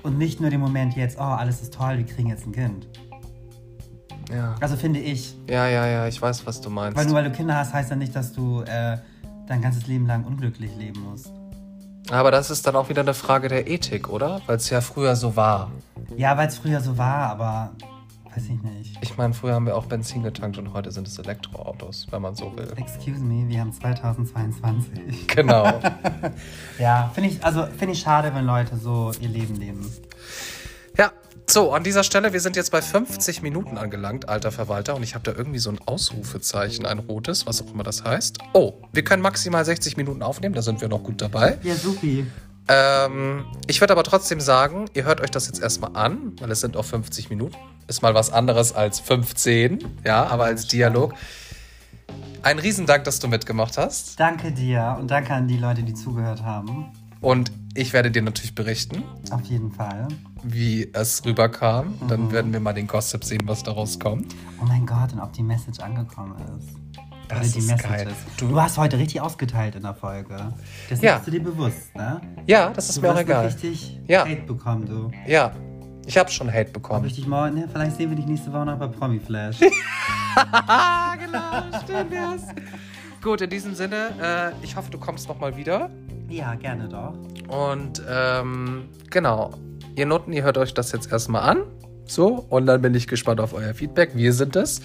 [SPEAKER 2] Und nicht nur den Moment jetzt, oh, alles ist toll, wir kriegen jetzt ein Kind.
[SPEAKER 1] ja,
[SPEAKER 2] Also finde ich,
[SPEAKER 1] ja, ja, ja, ich weiß, was du meinst.
[SPEAKER 2] weil nur weil du Kinder hast, heißt ja nicht, dass du äh, dein ganzes Leben lang unglücklich leben musst.
[SPEAKER 1] Aber das ist dann auch wieder eine Frage der Ethik, oder? Weil es ja früher so war.
[SPEAKER 2] Ja, weil es früher so war, aber weiß ich nicht.
[SPEAKER 1] Ich meine, früher haben wir auch Benzin getankt und heute sind es Elektroautos, wenn man so will.
[SPEAKER 2] Excuse me, wir haben 2022.
[SPEAKER 1] Genau.
[SPEAKER 2] Ja, finde ich, also finde ich schade, wenn Leute so ihr Leben leben.
[SPEAKER 1] Ja, so, an dieser Stelle, wir sind jetzt bei 50 Minuten angelangt, alter Verwalter, und ich habe da irgendwie so ein Ausrufezeichen, ein rotes, was auch immer das heißt. Oh, wir können maximal 60 Minuten aufnehmen, da sind wir noch gut dabei.
[SPEAKER 2] Ja, supi.
[SPEAKER 1] Ähm, ich würde aber trotzdem sagen, ihr hört euch das jetzt erstmal an, weil es sind auch 50 Minuten. Ist mal was anderes als 15, ja, aber als Dialog. Ein Riesendank, dass du mitgemacht hast.
[SPEAKER 2] Danke dir und danke an die Leute, die zugehört haben.
[SPEAKER 1] Und ich werde dir natürlich berichten,
[SPEAKER 2] Auf jeden Fall.
[SPEAKER 1] wie es rüberkam. Dann werden wir mal den Gossip sehen, was daraus kommt.
[SPEAKER 2] Oh mein Gott, und ob die Message angekommen ist.
[SPEAKER 1] Das
[SPEAKER 2] Oder die
[SPEAKER 1] ist geil.
[SPEAKER 2] Du, hast heute richtig ausgeteilt in der Folge. Das
[SPEAKER 1] Ja.
[SPEAKER 2] bist du dir bewusst, ne?
[SPEAKER 1] Ja, das ist
[SPEAKER 2] Du
[SPEAKER 1] mir auch
[SPEAKER 2] wirst noch
[SPEAKER 1] egal.
[SPEAKER 2] richtig
[SPEAKER 1] Ja.
[SPEAKER 2] Hate bekommen, du.
[SPEAKER 1] Ja, ich habe schon Hate
[SPEAKER 2] Ob
[SPEAKER 1] bekommen.
[SPEAKER 2] ich dich morgen, ne, vielleicht sehen wir dich nächste Woche noch bei Promi Flash.
[SPEAKER 1] Ah, genau, stimmt das. Gut, in diesem Sinne, äh, ich hoffe, du kommst nochmal wieder.
[SPEAKER 2] ja, gerne doch.
[SPEAKER 1] Und ähm, genau, ihr Noten, ihr hört euch das jetzt erstmal an. So, und dann bin ich gespannt auf euer Feedback. Wir sind es.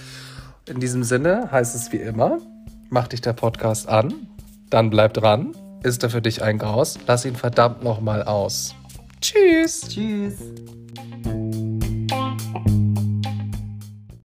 [SPEAKER 1] In diesem Sinne heißt es wie immer, mach dich der Podcast an, dann bleib dran. Ist er für dich ein Graus? Lass ihn verdammt nochmal aus. Tschüss.
[SPEAKER 2] Tschüss.